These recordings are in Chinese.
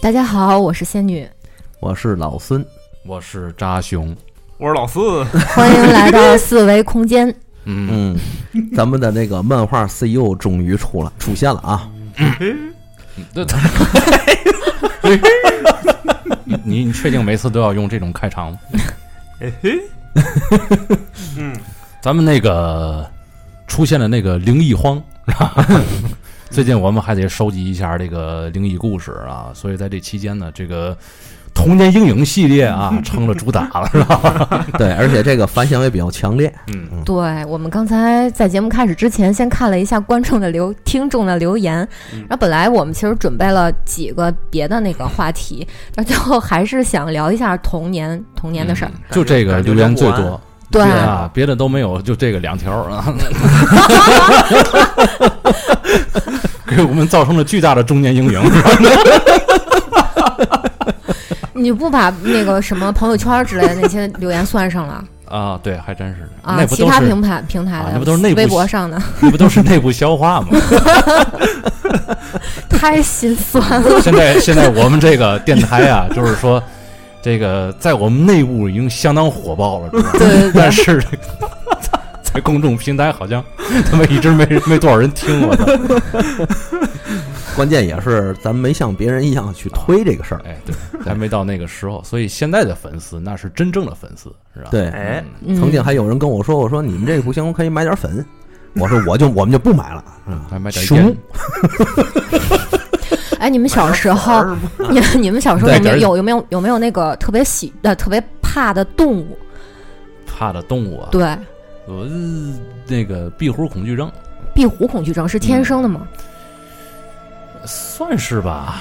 大家好，我是仙 女，我是老孙，我是扎熊，我是老四，欢迎来到四维空间。嗯，嗯， 咱们的那个漫画 CEO 终于出了，出现了 啊！这你 你你确定每次都要用这种开场吗？嘿嘿，嗯，咱们那个出现了那个灵异 荒，最近我们还得收集一下这个灵异故事啊，所以在这期间呢，这个童年阴影系列 啊成了主打了，是吧？对，而且这个反响也比较强烈。嗯，对我们刚才在节目开始之前，先看了一下观众的留听众的留言，嗯然后本来我们其实准备了几个别的那个话题，然后最后还是想聊一下童年童年的事儿。就这个感觉留言最感觉聊不多完。对别的啊，别的都没有，就这个两条啊， 给我们造成了巨大的中年阴影。嗯你不把那个什么朋友圈之类的那些留言算 上了啊，对，还真是啊？那不其都他是平台平台啊的，那不都是内部微博上的， 那不都是内部消化吗？ 太心酸了。现在现在我们这个电台啊，就是说，这个在我们内部已经相当火爆了，知道吗对对对但，是这个在公众平台好像他妈一直没没多少人听 我的。关键也是咱没像别人一样去推这个事儿。哎，对，还没到那个时候，所以现在的粉丝那是真正的粉丝，是吧？对，哎，嗯曾经还有人跟我说：“我说你们这个不行，我可以买点粉。” 我说：“我就我们就不买了。嗯，还买点熊烟，哎，你们小时 候，你 你们小时候有没有有有没有有没有那个特别喜呃特别怕的动物？怕的动物啊，对，我呃那个壁虎恐惧症壁虎恐惧症是天生的吗？算是吧，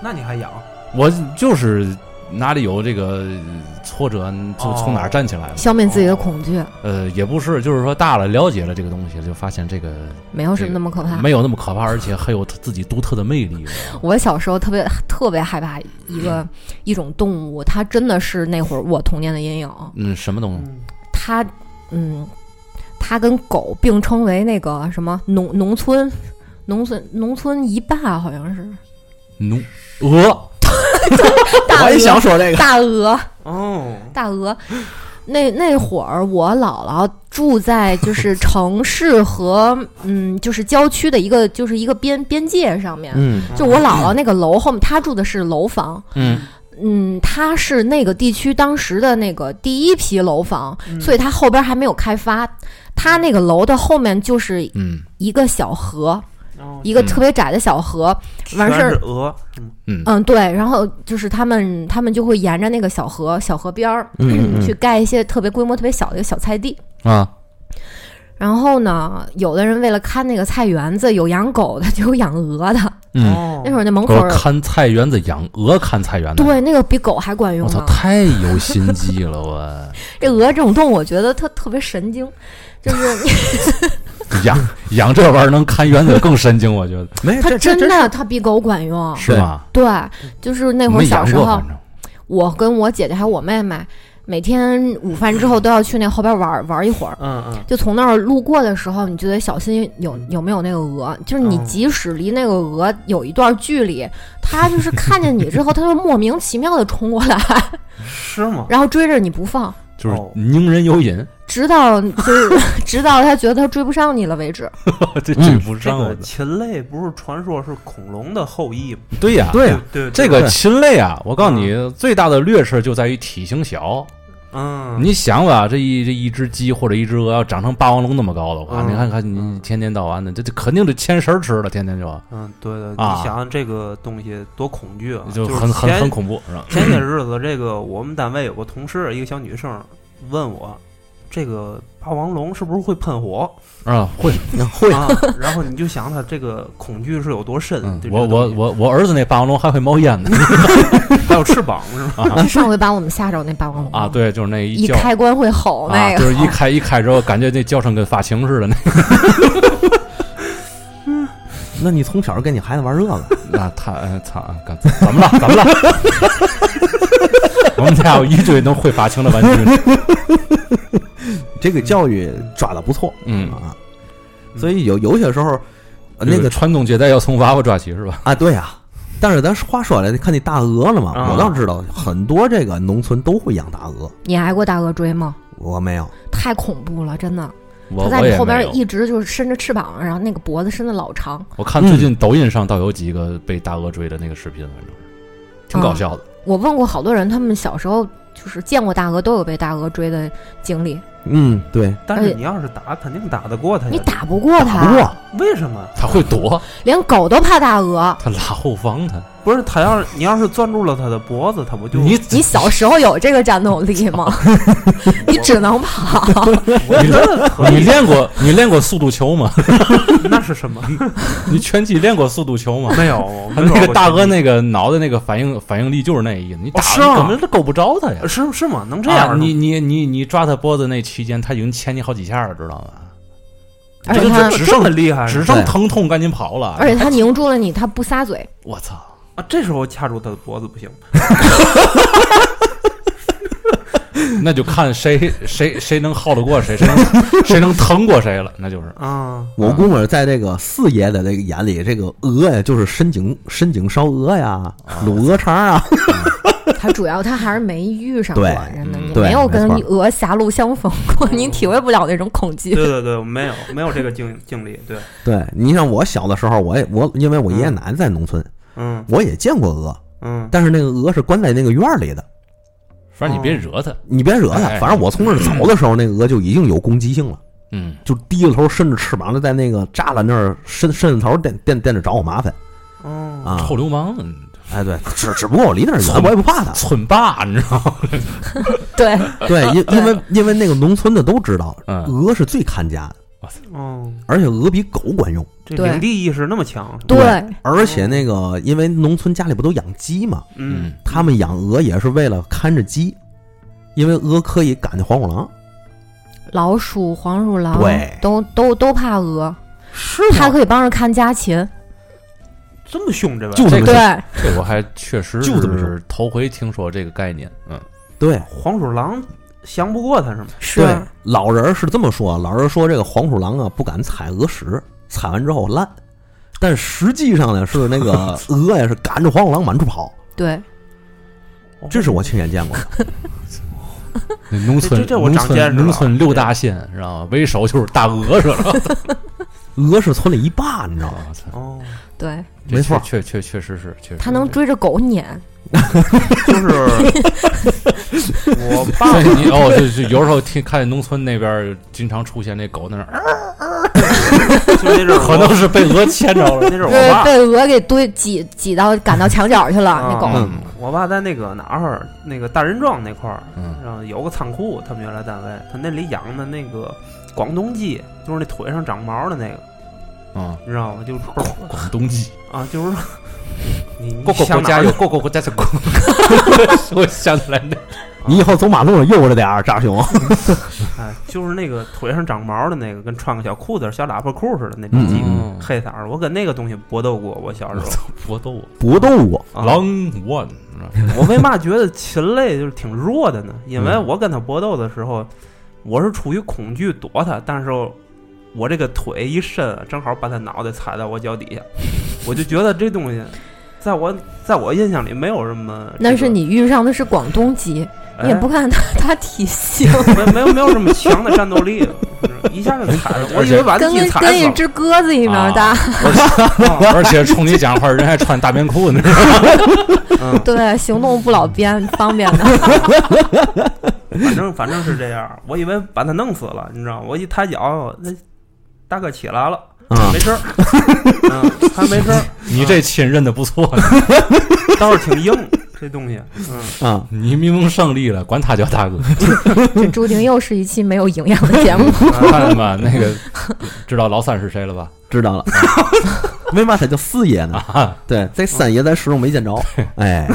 那你还养？我就是哪里有这个挫折就从哪儿站起来了。消灭自己的恐惧，呃，也不是，就是说大了了解了这个东西，就发现这个没有什么那么可怕。没有那么可怕，而且很有自己独特的 魅力。我小时候特别特别害怕一个一种动物，它真的是那会儿我童年的阴影。嗯，什么东西？它，嗯，它跟狗并称为那个什么农农村。农村农村一霸好像是嗯奴鹅，大鹅，说这，大鹅，哦，大鹅。那那会儿，我姥姥住在就是城市和嗯，就是郊区的一个就是一个边边界上面。嗯，就我姥姥那个楼后面，她住的是楼房，嗯，嗯，她是那个地区当时的那个第一批楼房，所以她后边还没有开发。她那个楼的后面就是嗯一个小河，哦一个嗯特别窄的小河，完全事儿是鹅，嗯，对，然后就是他们，他们就会沿着那个小河、小河边儿、嗯嗯嗯去盖一些特别规模特别小的一个小菜地。啊，然后呢，有的人为了看那个菜园子，有养狗的， 就有养鹅的。嗯，哦那会儿哎那门口我儿，看菜园子养鹅，看菜园子，对，那个比狗还管用我操呢，。太有心机了，我 这鹅这种动物，我觉得它特别神经，就是养养这玩意儿能看园子更神经，我觉得没它这这真这的它比狗管用。是吗？对，就是那会儿没小养时过，候反，正我跟我姐姐还有我妹妹，每天午饭之后都要去那后边玩儿玩儿一会儿。嗯嗯，就从那儿路过的时候，你就得小心有有没有那个鹅，就是你哦即使离那个鹅有一段距离，它就是看见你之后，它就莫名其妙的冲过来， 是吗？然后追着你不放，就是哦宁人有瘾，直到就是 直到它觉得它追不上你了为啊止。这嗯追不这上我个的。禽类不是传说是恐龙的后裔吗？对呀，对啊呀，对，对这对个禽类啊，我告诉你，最大的劣势就在于体型小。嗯，你想吧，这一这一只鸡或者一只鹅要长成霸王龙那么高的话，嗯你看看你嗯天天到晚的，这这肯定得牵食儿吃了，天天就嗯，对对，啊你想想这个东西多恐惧啊，就是很很前很恐怖，是吧？前些日子，这个我们单位有个同事，一个小女生问我，这个霸王龙是不是会喷火？啊，会， 会啊，然后你就想他这个恐惧是有多深嗯。对这我个我东西我我儿子那霸王龙还会冒烟 呢还有翅膀 是吗？上回把我们吓着那霸王龙啊！，对，就是那一一叫开关会吼啊那，就个，是一开一开之后，感觉那叫声跟发型似的，那你从小跟你孩子玩这个，那 那他哎操，干 怎么了？怎么了？我们家有一堆能会发型的玩具，这个教育抓的不错嗯，啊。所以有有些时候，呃那这个 传宗接代要从娃娃抓起是吧？啊，对呀，但是咱话说回来，看那大鹅了嘛，啊我倒知道很多这个农村都会养大鹅，你挨过大鹅追吗？我没有。太恐怖了，真的。我它在我你也后没边有。一直就是伸着翅膀，然后那个脖子伸的老长。我看最嗯近抖音上倒有几个被大鹅追的那个视频，反正是挺搞笑的。啊我问过好多人，他们小时候就是见过大鹅，都有被大鹅追的经历。嗯，对，但是哎你要是打，肯定打得过它你哎呀。打不过打不它，过，为什么？它会躲，连狗都怕大鹅。它拉后方，它不是它要是你要是攥住了它的脖子，它不就你你小时候有这个战斗力吗？你只能跑。我觉得可你以？啊练过你练过速度球吗？ 那是什么？你拳击练过速度球吗？ 没有，我他没那玩个过大鹅拳击那个挠的那个反应反应力就是那意思，你打、哦是吗呃根本就够不着它呀。是是吗？能这啊样吗？你你你你抓它脖子那期间，它已经牵你好几下了，知道吗？而这且个它这，只这剩么厉害呢，啊只剩疼痛，赶紧跑了。而且它凝住了你，它不撒嘴。我操，啊！这时候掐住它的脖子不行， 那就看谁谁谁能耗得过谁，谁能谁能疼过谁了，那就是。啊，我估摸着在这个四爷的这个眼里，这个鹅呀，就是深井深井烧鹅呀，卤鹅肠啊，它主要它还是没遇上过，对真的，嗯你对没有跟没错你鹅狭路相逢过，你体会不了那种恐惧。 对对对，我没有没有这个经经历，对，对你像我小的时候，我也我因为我爷爷奶奶在农村，嗯我也见过鹅，嗯，但是那个鹅是关在那个院儿里的，反正你别惹哦它。你别惹它哎。反正我从那儿走的时候，那个鹅就已经有攻击性了，嗯，就低着头伸着翅膀的在那个栅栏那儿伸伸着头垫垫垫着找我麻烦哦，啊臭！流氓，哎，对，只只不过我离那儿远，我也不怕它。村霸，你知道吗？对，对，因因为因为那个农村的都知道，嗯鹅是最看家的，哦，而且鹅比狗管用。这对领地意识那么强，是吧对，而且那个，因为农村家里不都养鸡嘛，嗯，他们养鹅也是为了看着鸡，因为鹅可以赶见黄鼠狼。老鼠、黄鼠狼对都都都怕鹅，是它吗？可以帮着看家禽。这么凶这玩意就儿？这么对，这我还确实就这么是头回听说这个概念。嗯，对黄鼠狼降不过它是吗？是对，老人是这么说，老人说这个黄鼠狼啊不敢踩鹅屎，踩完之后烂。但实际上呢，是那个鹅呀是赶着黄鼠狼满处跑，对，这是我亲眼见过的。 那农村这这我农长见识村了农村六大县，知道吗？为首就是大鹅，是 吧？鹅是村里一霸，你知道吗？我操哦，对，这没错确确确确实是，确实它能追着狗撵。就是我爸对 爸你哦，就是有时候听看见农村那边儿经常出现那狗在那哦儿，就那阵儿 我，可能是被鹅牵着了。那阵儿我对，爸，被鹅给堆挤挤到赶到墙角去了，啊那狗。嗯我爸在那个哪儿，那个大人庄那块儿，嗯，然后有个仓库，他们原来单位，他那里养的那个广东鸡，就是那腿上长毛的那个，啊，你知道吗？就是广东鸡，啊， 就是说你你过过想国哪家儿有过过国家有过，我想起来那你以后走马路上悠着点儿，扎 熊。哎，就是那个腿上长毛的那个，跟穿个小裤子、小喇叭裤似的那种嗯鸡，嗯黑色儿。我跟那个东西搏斗过，我小时候。搏斗搏斗过，啊狼 one，是吧我为嘛觉得禽类就是挺弱的呢？因为嗯我跟它搏斗的时候，我是出于恐惧躲它，但是我这个腿一伸，啊正好把它脑袋踩到我脚底下，我就觉得这东西，在我在我印象里没有什么这个。那是你遇上的是广东鸡，哎你也不看它它体型， 没没有没有这么强的战斗力，一下就踩了，啊我以为把自跟己跟踩跟一死啊只鸽子一样大。了。而且冲你讲话，人还穿大棉裤呢，嗯，对，行动不老便，方便 的。反正反正是这样，我以为把他弄死了，你知道吗？我一抬脚，那大哥起来了，啊没事儿，嗯，还没事儿，你这亲认的不错，倒是挺硬这东西，嗯，啊！你民工胜利了，管他叫大哥，这注定又是一期没有营养的节目。看见吧？那个知道老三是谁了吧？知道了，啊 为嘛他叫四爷呢？啊对，这三爷咱始终没见着。 哎，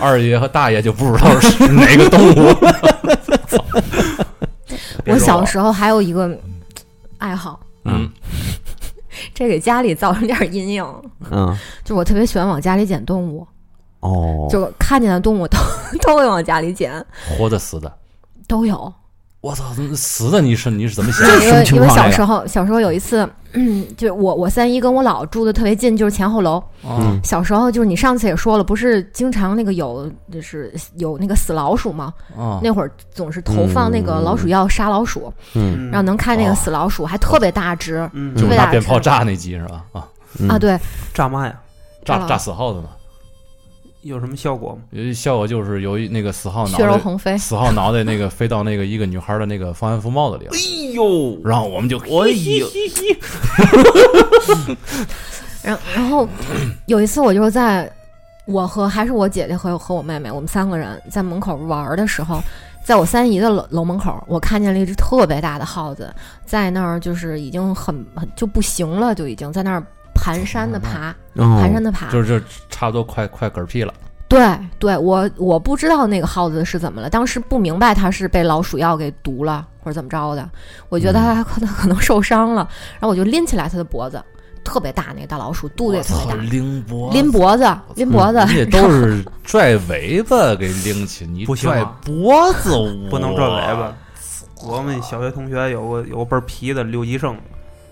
二爷和大爷就不知道是哪个动物。 别我说小了时候还有一个爱好，嗯，这给家里造成点阴影。嗯，就我特别喜欢往家里捡动物，哦， 就看见的动物都都会往家里捡，活的死的，都有。我操，怎么死在你身，你是怎么想？就因为什么情因为况小这时候小时候有一次，嗯，就我我三姨跟我姥住的特别近，就是前后楼。啊嗯，小时候就是你上次也说了，不是经常那个有就是有那个死老鼠吗？啊，嗯那会儿总是投放那个老鼠药杀老鼠，嗯嗯然后能看那哦个死老鼠，还特别大只、嗯就就为拿了鞭炮炸那集是吧？啊，啊！，对，炸嘛呀？炸炸了炸死耗子嘛，有什么效果吗？呃效果就是由于那个死耗脑血肉袋，横飞。死耗脑袋那个飞到那个一个女孩的那个防寒服帽子里了，哎呦，然后我们就哎我以然然后有一次我就是在我和还是我姐姐和和我妹妹，我们三个人在门口玩儿的时候，在我三姨的楼楼门口，我看见了一只特别大的耗子，在那儿就是已经很很就不行了，就已经在那儿蹒跚的爬，蹒跚哦，的爬。就是就差不多快快嗝屁了，对对，我我不知道那个耗子是怎么了，当时不明白它是被老鼠药给毒了或者怎么着的，我觉得它可能可能受伤了，然后我就拎起来它的脖子，特别大那个大老鼠，肚子也特别大，拎脖拎脖子，拎脖子，这 嗯都是拽尾巴给拎起，你不行啊拽脖子不能拽尾巴。我们小学同学有个有个倍儿皮的留级生，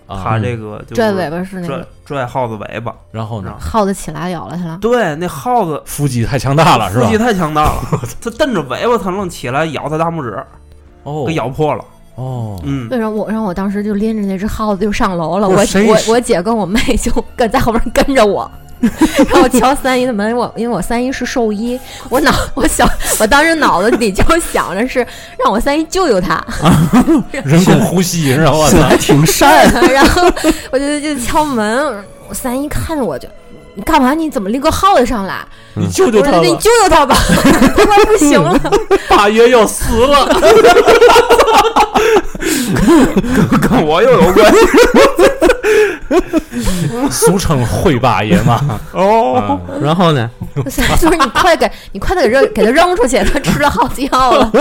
我，啊他这个就是拽尾巴是那拽个拽耗子尾巴，然后呢，耗子起来咬了它了。对，那耗子腹肌太强大了是吧腹肌？太强大了，它蹬着尾巴，它能起来咬它大拇指，哦给咬破了。哦，嗯，为什么我让我当时就拎着那只耗子就上楼了？不我是谁我我姐跟我妹就跟在后边跟着 我，然后我敲三姨的门，我因为我三姨是兽医，我脑我想我当时脑子里就想着是让我三姨救救她，哎人工呼吸是吧？我操，还挺 善，然后我就就敲门，我三姨看着我就。你干嘛？你怎么拎个耗子上来？ 你救我救他说吧你，救救他吧，他快不行了。 大爷要死了。跟我又有关系 俗称会霸爷 嘛。哦。嗯然后 呢，所以就是你快给你快点给扔给他扔出去，他吃了耗子药了。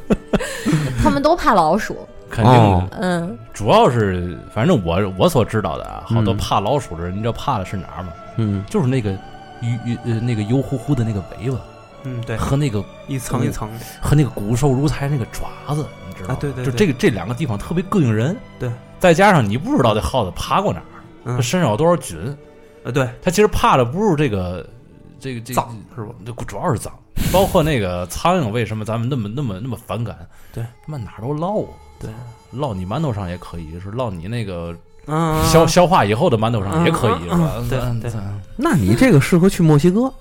他们都怕老鼠，肯定哦的，嗯，主要是反正我我所知道的啊，好多嗯怕老鼠的人，你知道怕的是哪儿吗？嗯，就是那个油油呃那个油乎乎的那个尾巴嗯，对，和那个一层一层的，和那个骨瘦如柴那个爪子，你知道吗？啊对对就对这个这两个地方特别膈应人。对，再加上你不知道这耗子爬过哪儿，嗯它，身上有多少菌，呃，对，它其实怕的不是这个这个这个脏是吧？这主要是脏，包括那个苍蝇，为什么咱们那么那么那么反感？对，他妈哪儿都落啊，对，落你馒头上也可以，就是落你那个嗯，消、消化以后的馒头上也可以，嗯是吧？嗯对对嗯那你这个适合去墨西哥，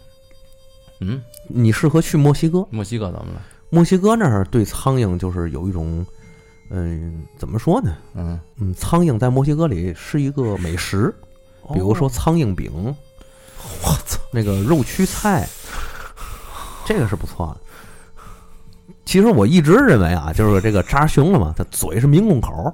嗯，你适合去墨西哥，墨西哥怎么了？墨西哥那儿对苍蝇就是有一种，嗯，怎么说呢？嗯，嗯，苍蝇在墨西哥里是一个美食，比如哦说苍蝇饼，我操，那个肉曲菜，这个是不错的。其实我一直认为啊，就是这个扎熊了嘛，它嘴是民工口儿。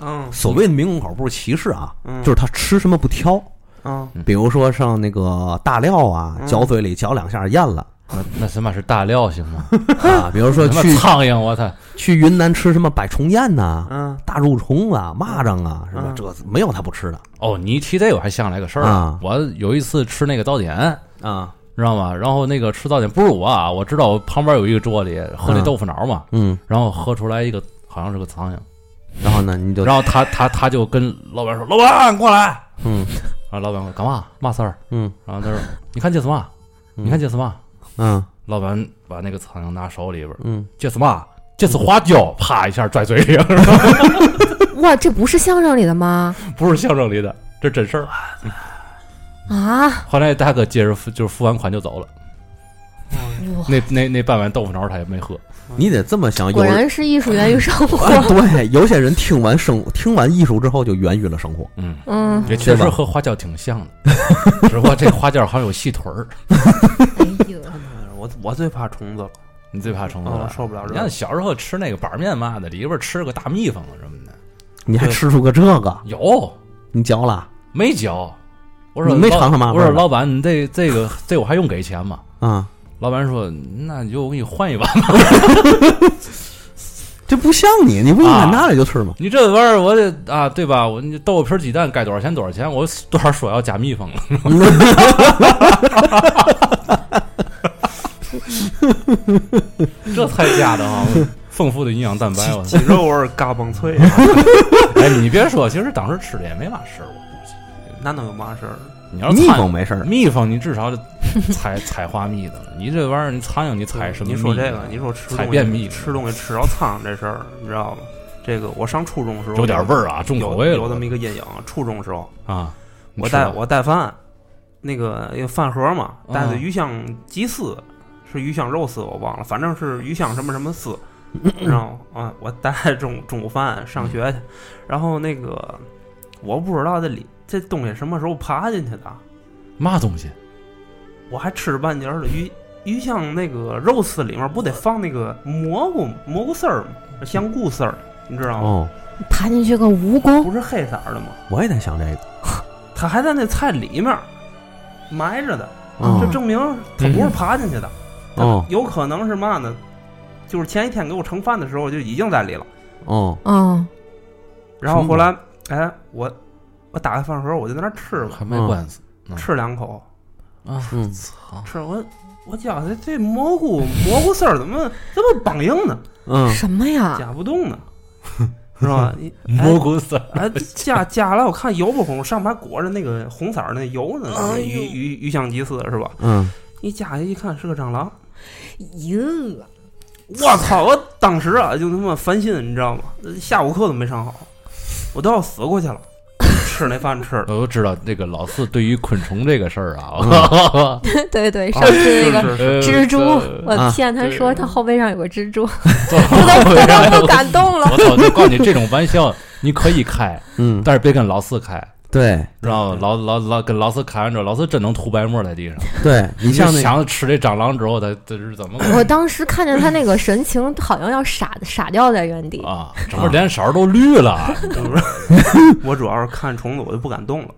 嗯，所谓的民工口儿不是歧视啊，嗯，就是它吃什么不挑。嗯，比如说像那个大料啊，嗯嚼嘴里嚼两下咽了那那他妈是大料行吗？啊。比如说他妈去苍蝇，我操！去云南吃什么百虫宴呐、嗯，大肉虫啊、蚂蚱啊，什么嗯这没有它不吃的哦，你一提这我还想起来个事儿呢啊我有一次吃那个早点，啊。知道吗？然后那个吃早点不是我啊，我知道我旁边有一个桌里喝那嗯豆腐脑嘛，嗯，然后喝出来一个好像是个苍蝇。然后呢，你就然后他他他就跟老板说：“老板过来。”嗯然后老板说：“干嘛？嘛事儿嗯？”然后他说：“你看这什 么？你看这什么嗯？”老板把那个苍蝇拿手里边儿，嗯，这什么？这是花椒，啪一下拽嘴里，哇，这不是相声里的吗？ 不是相声里的，这真事儿。啊，后来大哥接着付就是付完款就走了，哇， 那那那半碗豆腐脑他也没喝。你得这么想，有哎果人然是艺术源于生活。 对，有些人听完生听完艺术之后就源于了生活。嗯，嗯，也确对实吧和花椒挺像的， 只不过这花椒好像有细腿儿。哎呦，我我最怕虫子了，你最怕虫子嗯了，受不了这你个看小时候吃那个板面嘛的，里边吃个大蜜蜂什么的，你还对吃出个这个？有你嚼了没嚼？我说你没老尝尝吗我说味儿老板，你这这个这我还用给钱吗？啊？老板说：“那你就我给你换一碗吧，这不像你，你不应该啊拿来就吃吗？你这玩意儿我得啊，对吧？我你豆腐皮儿鸡蛋该多少钱多少钱，我 多少说要加蜜蜂了。 这才加的哈，丰富的营养蛋白。我鸡操！ 肉味儿嘎嘣脆，啊哎，你别说，其实当时吃的也没嘛事儿，我估计。那能有嘛事儿？你要是蜜苍蜂没事儿，蜜蜂，你至少得采 采花蜜的。你这玩意儿，你苍蝇你采什么蜜呢？你说这个，你说吃采东便秘西吃东西吃着苍蝇这事儿，你知道吗？这个我上初中的时候有点味儿啊，重口有味了。有这么一个阴影。初中时候，啊，你我吃吧带我带饭，那个因为饭盒嘛，啊带的鱼香鸡丝，是鱼香肉丝，我忘了，反正是鱼香什么什么 丝。然后啊，我带中中午饭上学去，然后那个我不知道这里这东西什么时候爬进去的，嘛东西我还吃半截儿了。鱼鱼香那个肉丝里面不得放那个蘑菇蘑菇丝儿吗？香菇丝儿，你知道吗？哦，爬进去个蜈蚣，不是黑色儿的吗？我也在想这个，它还在那菜里面埋着的，哦这嗯，证明它不是爬进去的，它哦有可能是嘛呢？就是前一天给我盛饭的时候就已经在里了，哦，嗯，然后后来哎，我我打开饭盒，我就在那儿吃吧，还卖官司嗯吃两口，啊！嗯，操，吃我我觉得这蘑菇蘑菇丝儿怎么这么梆硬呢？嗯，什么呀？夹不动呢，是吧？你蘑菇丝儿，哎，加加了，我看油不红，上面还裹着那个红色儿那油呢，哎那鱼鱼鱼香鸡丝是吧？嗯，一夹下去一看是个蟑螂，哟，我操！我当时啊就他妈烦心，你知道吗？下午课都没上好，我都要死过去了，吃那饭吃的。我都知道这个老四对于昆虫这个事儿啊， 对对，上次 那个是是，蜘蛛，我呃啊骗他说对他后背上有个蜘蛛， 我我都不敢动了。我操！就告诉你，这种玩笑你可以开，嗯，但是别跟老四开，对知道吗？老老老跟老四开完之后，老四真能吐白沫在地上。对， 你像就那想吃这蟑螂之后，他这是怎么 我当时看见他那个神情，好像要傻傻掉在原地。啊？整个脸色儿都绿了，啊我主要是 看虫子，我就不敢动了。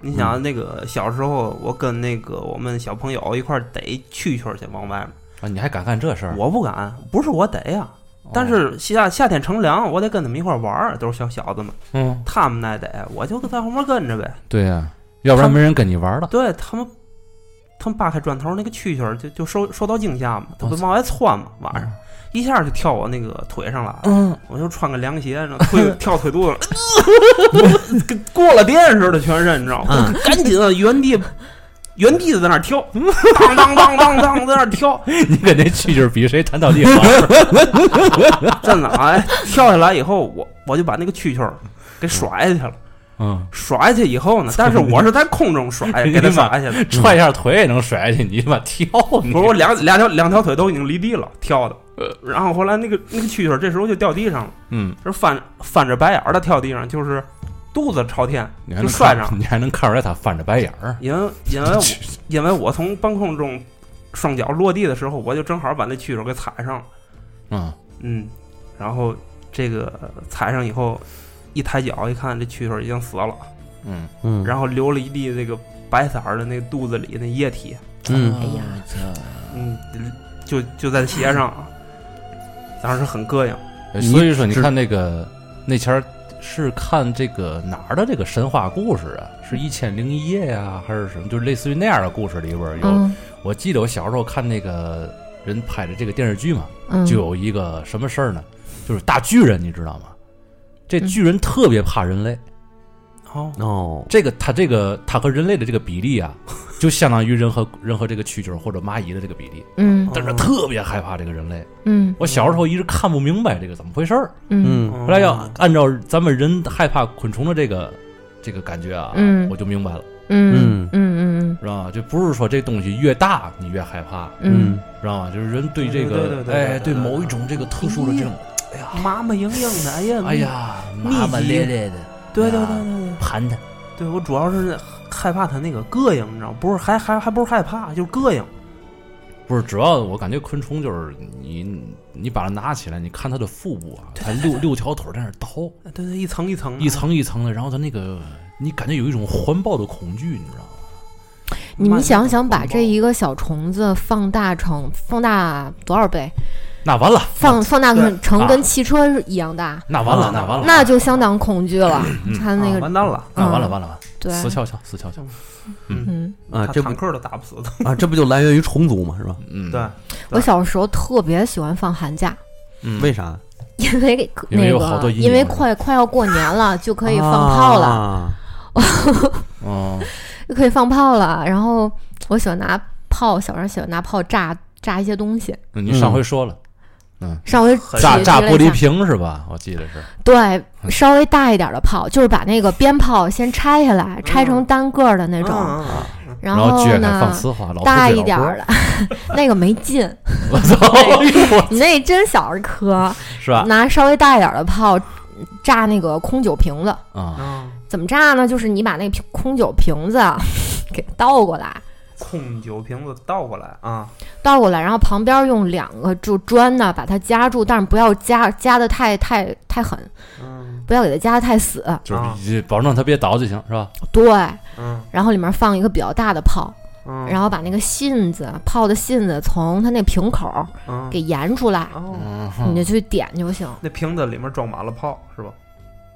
你想那个小时候，我跟那个我们小朋友一块儿逮蛐蛐儿去，往外面，啊！你还敢干这事儿？我不敢，不是我逮呀、哦但是夏夏天乘凉，我得跟他们一块儿玩儿，都是小小子嘛，嗯，他们那得，我就在后面跟着呗。对呀、要不然没人跟你玩儿了。 对他们，他们扒开砖头，那个蛐蛐儿就就受受到惊吓嘛，他不我往外窜嘛，晚上一下就跳我那个腿上来了，嗯，我就穿个凉鞋，然后腿跳腿肚子上，跟过了电似的，全身你知道吗？赶紧啊，原地原地的在那儿跳，当当当当当在那儿跳，你跟那蛐蛐儿比谁弹到地方？真的哎，跳下来以后，我我就把那个蛐蛐儿给甩下去了。嗯，甩下去以后呢，但是我是在空中甩，给它甩下去的。踹一下腿也能甩下去，你他妈跳你！不是我两两条两条腿都已经离地了，跳的。然后后来那个那个蛐蛐儿这时候就掉地上了，嗯，就是翻翻着白眼儿的跳地上，就是肚子朝天你还就能摔看上，哎你还能看出来他翻着白眼儿。因为因为我因为我从半空中双脚落地的时候，我就正好把那蛐蛐儿给踩上了，嗯，嗯，然后这个踩上以后一抬脚一看，这蛐蛐儿已经死了，嗯嗯，然后流了一地那个白色儿的那个肚子里那液体，嗯，哎呀嗯，就就在鞋上，啊当时很膈应。哎所以说你是看那个那前儿是看这个哪儿的这个神话故事啊？是一千零一夜呀，还是什么？就是类似于那样的故事里边儿有嗯我记得我小时候看那个人拍的这个电视剧嘛，嗯，就有一个什么事儿呢？就是大巨人，你知道吗？这嗯巨人特别怕人类，哦，哦，这个他这个他和人类的这个比例啊，就相当于人和人和这个蛐蛐儿或者蚂蚁的这个比例，嗯但是哦特别害怕这个人类。嗯我小时候一直看不明白这个怎么回事儿，嗯嗯哦后来要按照咱们人害怕昆虫的这个这个感觉啊，嗯我就明白了，嗯嗯嗯是吧？就不是说这东西越大你越害怕，嗯知道吗？就是人对对这对个对对哎对对对某一种这个特殊的这种，哎呀妈妈硬硬的，哎呀，哎，呀，密麻麻集咧咧的，对对对哎啊，对对，盘它，对我主要是害怕他那个膈应，你知道吗，不是还还还不是害怕，就是膈应。不是主要我感觉昆虫就是你你把它拿起来，你看它的腹部啊，它六六条腿在那儿倒，哎对对，一层一层的一，层一层的，然后它那个你感觉有一种环抱的恐惧，你知道吗？你慢们慢想地想，把环这抱一个小虫子放大成放大多少倍？那完了，放放大对成跟啊汽车一样大，那完了，啊那完了，嗯嗯那就相当恐惧了。他那啊个完蛋了，那嗯完了，完了，完了，对，死翘翘，死翘翘，嗯，啊，他这不嗯坦克都打不死的。啊，这不就来源于虫族嘛，是吧？嗯，对，我小时候特别喜欢放寒假，嗯为啥？因为因为那有好多个阴影因为快快要过年了，就可以放炮了，啊哦，就可以放炮了。然后我喜欢拿炮，小时候喜欢拿炮炸炸一些东西。你上回说了，上回很炸举炸举了玻一璃下瓶是吧？我记得是，对，稍微大一点的炮，就是把那个鞭炮先拆下来，拆成单个儿的那种，嗯嗯然然后后撅开放呢，呲花，老婆大撅一老点婆儿的， 那个没劲， 我操，哎呦你那真小儿科。 是吧？拿稍微大一点的炮炸那个空酒瓶子，嗯啊，嗯，怎么炸呢？就是你把那瓶空酒瓶子啊 给倒过来，空酒瓶子倒过来啊，倒过来，然后旁边用两个就砖呢把它夹住，但是不要夹夹的太太太狠，嗯不要给它夹的太死。就是保证他别倒就行，是吧？对，嗯然后里面放一个比较大的炮，嗯，然后把那个信子炮的信子从它那瓶口儿嗯给延出来，哦，嗯，你就去点就行，那瓶子里面装满了炮是吧？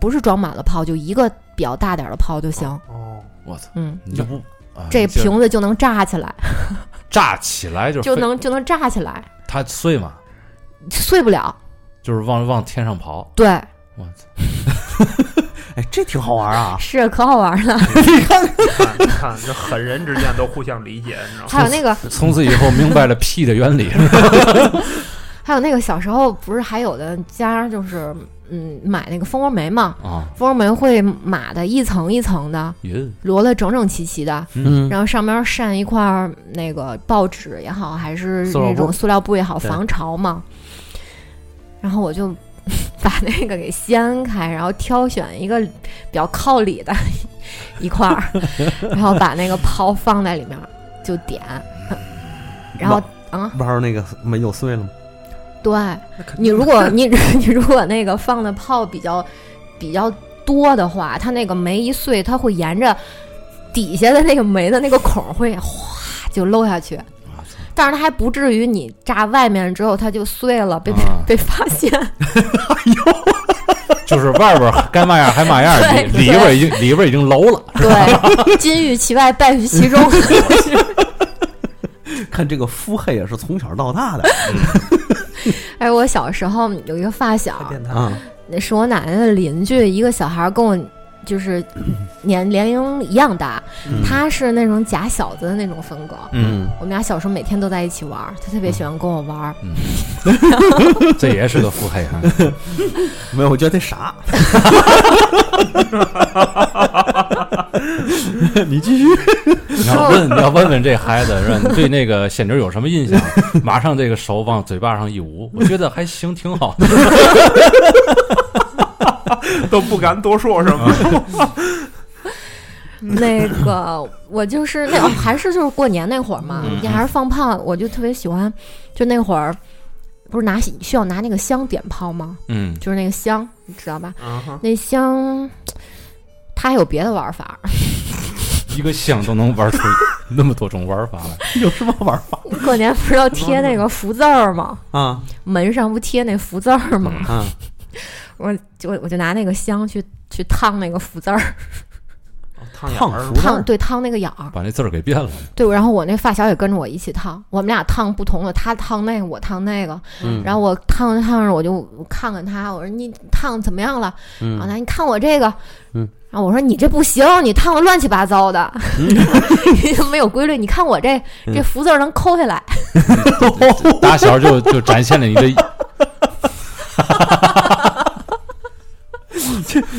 不是装满了炮，就一个比较大点儿的炮就行。 哦，我操，嗯，你就不啊这你就瓶子就能炸起来，炸起来就就非能就能炸起来，它碎嘛，碎不了。就是往往天上跑，对，我操，哎，这挺好玩啊！是可好玩了。看看这狠人之间都互相理解，你知 道吗？还有那个，从此以后明白了 屁的原理，还有那个，小时候不是还有的家就是，嗯，买那个蜂窝煤嘛，啊，蜂窝煤会码的一层一层的，也摞得整整齐齐的，嗯，然后上面扇一块儿那个报纸也好，还是塑料那种布塑料布也好，对防潮嘛。然后我就 把那个给掀开，然后挑选一个比较靠里的 一块儿， 然后把那个炮放在里面就点，嗯然后啊，玩儿那个没有碎了吗？ 对那肯定你如果你 你如果那个放的炮比较比较多的话，它那个煤一碎，它会沿着底下的那个煤的那个孔会哗就漏下去。我操，但是它还不至于你炸外面之后它就碎了，被、啊 被发 现。就是外边儿该嘛样还嘛样， 对里里边儿已经里边儿已经楼了，对，金玉其外，败絮其中。 看这个腹黑也是从小到大 的哎，我小时候有一个发 小，太变态了，啊，那是我奶奶的邻居，一个小孩儿跟我就是年年龄一样大，嗯他是那种假小子的那种风格。嗯，我们俩小时候每天都在一起玩儿，他特别喜欢跟我玩儿。这也是个腹黑啊，没有，我觉得傻。 你继续，你要问你要问问这孩子，是吧你对那个显灵有什么印象？马上这个手往嘴巴上一捂，我觉得还行，挺好的，都不敢多说什么。那个我就是那、哦还是就是过年那会儿嘛，你还是放炮，我就特别喜欢，就那会儿不是拿需要拿那个香点炮吗？嗯，就是那个香，你知道吧？啊嗯哼，那香它还有别的玩法，一个香都能玩出那么多种玩法来，有什么玩法过年不是要贴那个福字儿吗？啊？门上不贴那福字儿吗？嗯啊， 我就我就拿那个香去去烫那个福字儿，哦烫眼烫儿熟了了烫对烫那个眼儿。把那字儿给变了，对，然后我那发小也跟着我一起烫，我们俩烫不同的，他烫那个，我烫那个。嗯然后我烫着烫着，我就看看他，我说你烫怎么样了？然后嗯，他你看我这个，嗯，然后我说你这不行，你烫的乱七八糟 的， 没有规律。你看我这嗯这福字儿能抠下来，打小就就展现了你的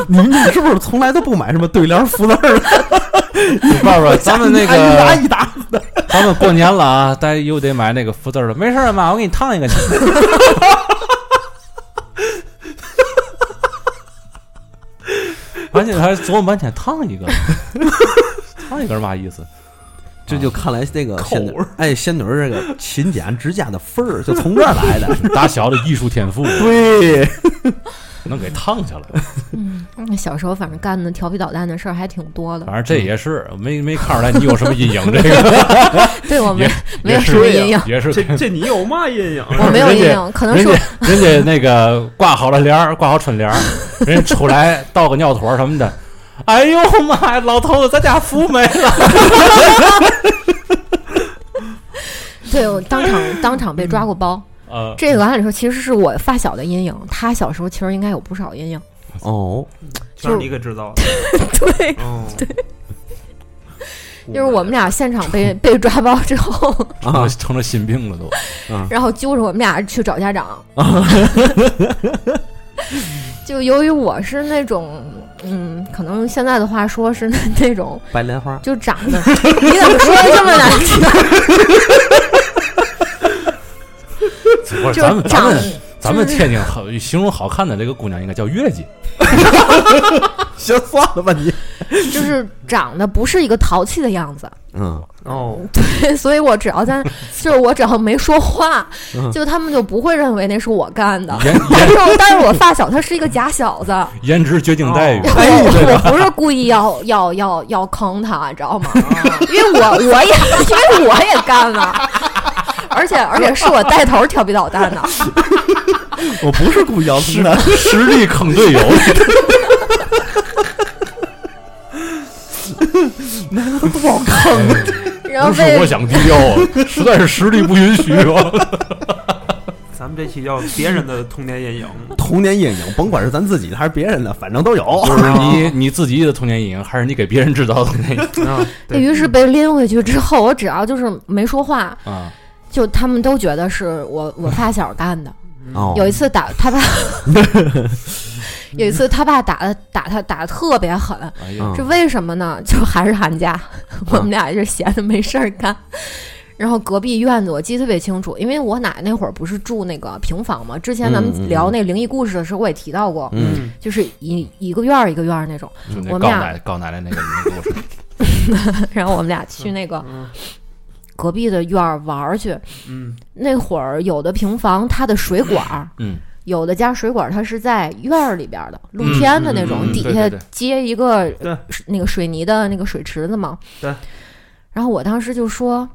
你们是不是从来都不买什么对联福字 儿？爸爸，咱们那一打个，一打，咱们过年了啊，大家又得买那个福字儿了。没事儿，妈，我给你 烫一个去。而且还琢磨半天，烫一个，烫一个是嘛意思？这就看来那个扣仙女儿，哎，仙女儿这个勤俭持家的份儿就从这儿来 的。 打小的艺术天赋对，能给烫下来，嗯，嗯小时候反正干的调皮捣蛋的事儿还挺多的，反正这也是没没看出来你有什么阴影，这个对我没也 没有也什么是阴影， 也 是这这你有嘛阴 影？我没有人阴家影，可能人是家我人家那个挂好了帘儿，挂好春联儿，人家出来倒个尿坨儿什么的。哎呦妈呀，老头子，咱家福没了！ 对我当场当场被抓过包。呃，啊这个按理说其实是我发小的阴影，他小时候其实应该有不少阴影。哦，全是你给制造的。 对，嗯，就是我们俩现场 被被抓包之后，成了成了心病了都。然后揪着我们俩去找家 长。就由于我是那种，嗯，可能用现在的话说是那那种，白莲花，就长得，你怎么说的这么难 听？啊不是，就咱们咱长们咱们就是天津好形容好看的这个姑娘应该叫月季，行，算了吧你。就是长得不是一个淘气的样子， 嗯，哦，所以我只要在，就是我只要没说话嗯，就他们就不会认为那是我干的。颜但是我，但是我发小他是一个假小子，颜值绝境待遇。我我不是故意要要要要坑他，知道吗？因为我我也因为我也干了，而且而且是我带头调皮捣蛋的，我不是故意要实吃的。实力坑队友， 然后哎不是被我想低调 啊，实在是实力不允许啊。咱们这期叫别人的童年 阴影，童年阴影，甭管是咱自己的还是别人的，反正都有。就是啊你啊你自己的童年阴影，还是你给别人制造的童 年阴影啊，对，于是嗯被拎回去之后，我只要就是没说话，啊？就他们都觉得是我我发小干的。 哦有一次打 他爸，有一次他爸打的打他打的特别狠，哎呀，嗯是为什么呢？ 就还是寒假，我哦们俩就闲的没事儿干。然后隔壁院子我记得特别清楚，因为我奶那会儿不是住那个平房嘛，之前咱嗯嗯们嗯聊那灵异故事的时候我也提到过，嗯，就是一一个院儿一个院儿那种。 就那我们告俩奶告奶奶那个那个故事，然后我们俩去那个嗯隔壁的院儿玩儿去。嗯，那会儿有的平房它的水管儿，嗯，有的家水管儿它是在院儿里边儿的露天的那种，嗯嗯嗯底对下对对接一个对水那个水泥的那个水池子嘛。对。然后我当时就说，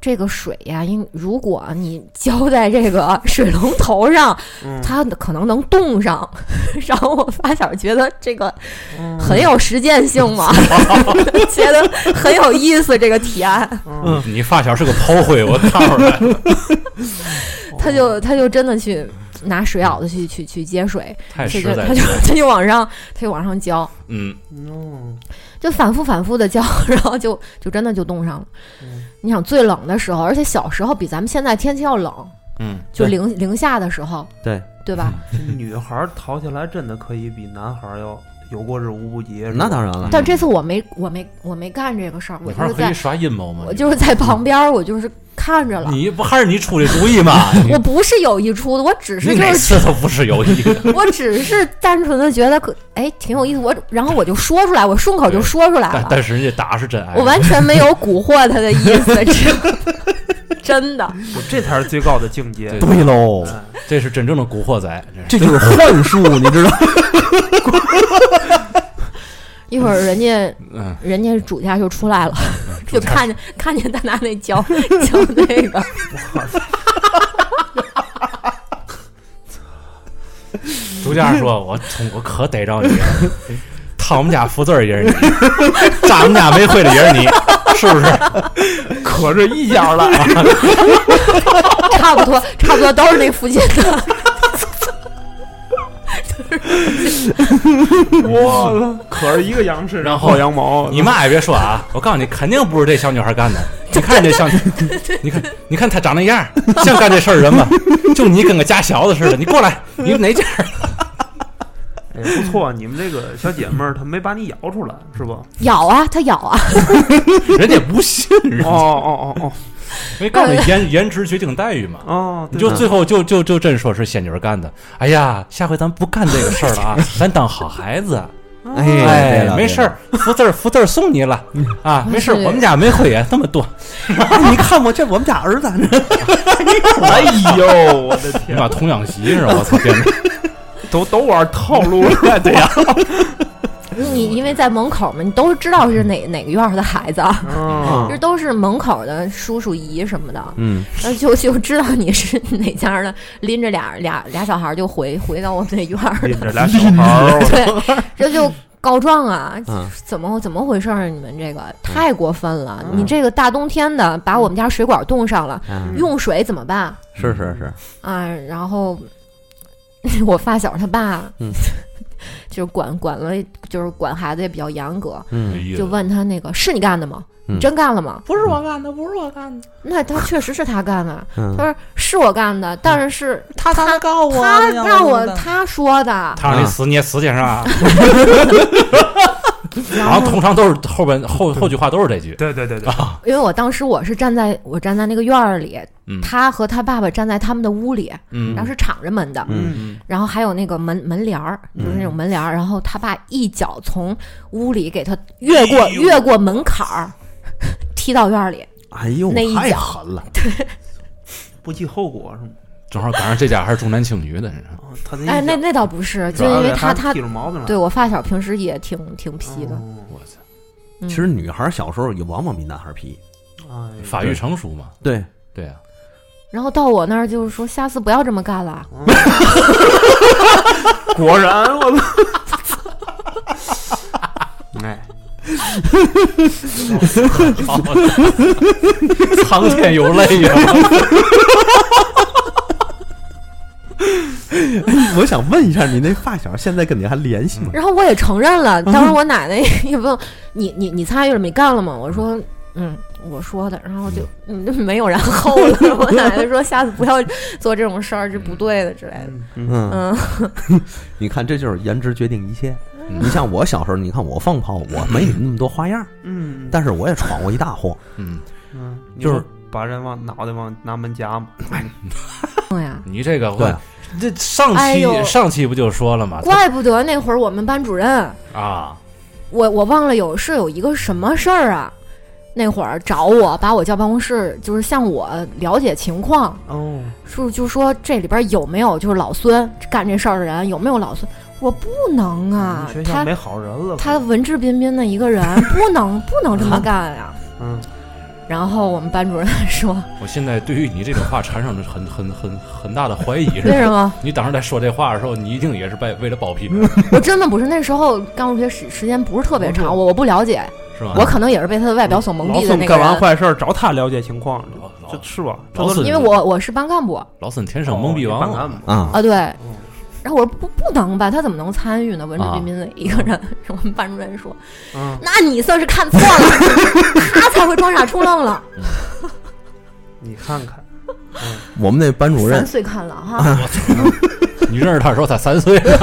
这个水呀，应如果你浇在这个水龙头上，嗯它可能能冻上。 然后我发小觉得这个嗯很有实践性 嘛，觉得很有意思这个提案。嗯你发小是个炮灰，我 看出来了，他哦就他就真的去拿水舀子去去去接水，太这实个在他就了。他就往上他就往上浇，嗯，哦，就反复反复的浇， 然后就就真的就冻上了嗯。你想最冷的时候，而且小时候比咱们现在天气要冷，嗯，就对零零下的时候，对对吧？这女孩儿淘起来真的可以比男孩儿要有过之无不及。嗯是吧那当然了。但嗯这次我没我没我没干这个事儿，我女就是孩可以在耍阴谋吗？我就是在旁边儿，我就是看着了。你不还是你出的主意吗？ 我不是有意出的，我只你是你就哪是次都不是有意 的。我只是单纯的觉得可哎挺有意思，我然后我就说出来，我顺口就对说出来但了。但是人家打是真爱，啊我完全没有蛊惑他的意哎思，真 真的。我这才是最高的境界。对 对喽，这是真正的蛊惑仔，这这就是幻术，你知道？一会儿人家嗯，人家主家就出来了，主就家看见看见他拿那胶胶那个，主家说：“我从我可逮着你了，烫我们家福字儿也是你，炸我们家煤灰的也是你，是不是？可是一家 了，哎差不多差不多都是那附近的。 我可是一个羊身然上后薅羊毛，你妈也别说啊，我告诉你，肯定不是这小女孩干的。你看这小，女，你看你看她长那样儿，像干这事儿人吗？就你跟个假小子似的，你过来，你哪家儿？哎不错，你们这个小姐妹儿她没把你咬出来是吧？咬啊，他咬啊，人家不信，人 家哦哦哦没告诉你颜颜值决定待遇嘛哦。哦，你就对最后就就就真说是仙女儿干的，哎呀，下回咱不干这个事儿了啊，咱当好孩子。”啊嗯哎，对了没事儿，福字儿福字儿送你了啊，没事儿，是我们家煤灰也这么多。你看我这我们家儿子，哎呦，我的 你天，把童养媳是吧？我操，简 直！都都玩套路 了，对呀，你因为在门口嘛，你都知道是哪哪个院儿的孩子，啊，嗯这都是门口的叔叔姨什么的，嗯，然后就就知道你是哪家的，拎着俩俩俩小孩儿就回回到我们那院儿了 拎着俩小孩儿， 对，这就告状啊，嗯，怎么怎么回事儿？你们这个太过分了！嗯你这个大冬天的把我们家水管冻上了，嗯用水怎么办 是是是，啊？然后 我发小他爸，嗯 就是管管了，就是管孩子也比较严格，没嗯意思就问他那个是你干的吗？嗯你真干了吗？不是我干的，不是我干的，那他确实是他干的，嗯他说是我干的，但是是他他才告嗯哦诉我，他你要让我干的他说的，他让你死，你也死去是 吧？然然后通常都是后边后后句话都是这句，对对对对，因为我当时我是站在我站在那个院儿里，嗯他和他爸爸站在他们的屋里，嗯然后是敞着门的，嗯嗯然后还有那个门门帘儿，就是那种门帘儿，然后他爸一脚从屋里给他越过、哎呦越过门槛儿， 踢到院儿里，哎呦，那一太脚狠了，不计后果是吗？正好赶上这家还是重男轻女的，你知道吗啊他哎，那那倒不是，主就要因为是他他他记住毛病了，对我发小平时也挺挺皮的，哦，我操，嗯其实女孩小时候也往往比男孩皮，哎呦， 法律成熟嘛，对，对啊，然后到我那儿就是说，下次不要这么干了。果然我操， 哎， 苍天有泪呀， 我想问一下，你那发小现在跟你还联系吗？然后我也承认了，当时我奶奶也 问你你你参与了没干了吗？我说嗯，我说的，然后就嗯没有然后了。 我奶奶说下次不要做这种事儿，这不对的之类的。嗯，嗯，嗯，你看，这就是颜值决定一切。嗯你像我小时候，你看我放炮，我没你那么多花样，嗯，但是我也闯过一大祸。 嗯，嗯，就是把人往脑袋往南门夹嘛，对呀，你这个对会，这上哎呦期上期不就说了吗？ 怪不得那会儿我们班主任，啊，我我忘了有是有一个什么事儿啊。那会儿找我，把我叫办公室，就是向我了解情况，哦，是就说这里边有没有就是老孙干这事儿的人，有没有老孙？我不能啊你，学校他没好人了，他文质彬彬的一个人，不能不能这么干呀、嗯，然后我们班主任说我现在对于你这种话产生了很很很很大的怀疑，：“是为什吧？么？你当时在说这话的时候，你一定也是为为了保庇，我真的不是那时候刚入学时时间不是特别长，我我不了解，是吗？我可能也是被他的外表所蒙老蔽的孙那个干完人，坏事儿找他了解情况，老老这是吧？这老都是孙因为我我是班干部啊，老孙天生蒙蔽王哦啊，办案嘛啊，对。然后我说不不能吧，他怎么能参与呢？文质彬彬的一个 人，我们班主任说，嗯，那你算是看错了，他才会装傻充愣了。你看看，我们那班主任三岁看了哈， 你认识他的时候才三岁 不是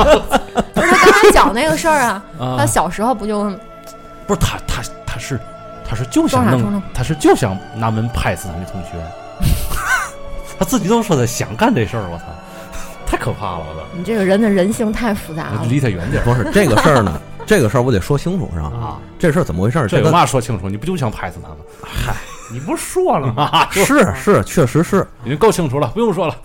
他刚才讲那个事儿啊，他啊，小时候不就不是他他他是他是就想装傻充弄愣，他是就想拿门拍死他那同学， 他自己都说他想干这事儿，我操，太可怕了，我你这个人的人性太复杂操，了我，离他远点儿。不是这个事儿呢，这个事儿我得说清楚是吧？啊，这事儿怎么回事儿？这这有个嘛说清楚？你不就想拍死他吗？你不是说了吗？啊，是是，确实是 已经够清楚了，不用说了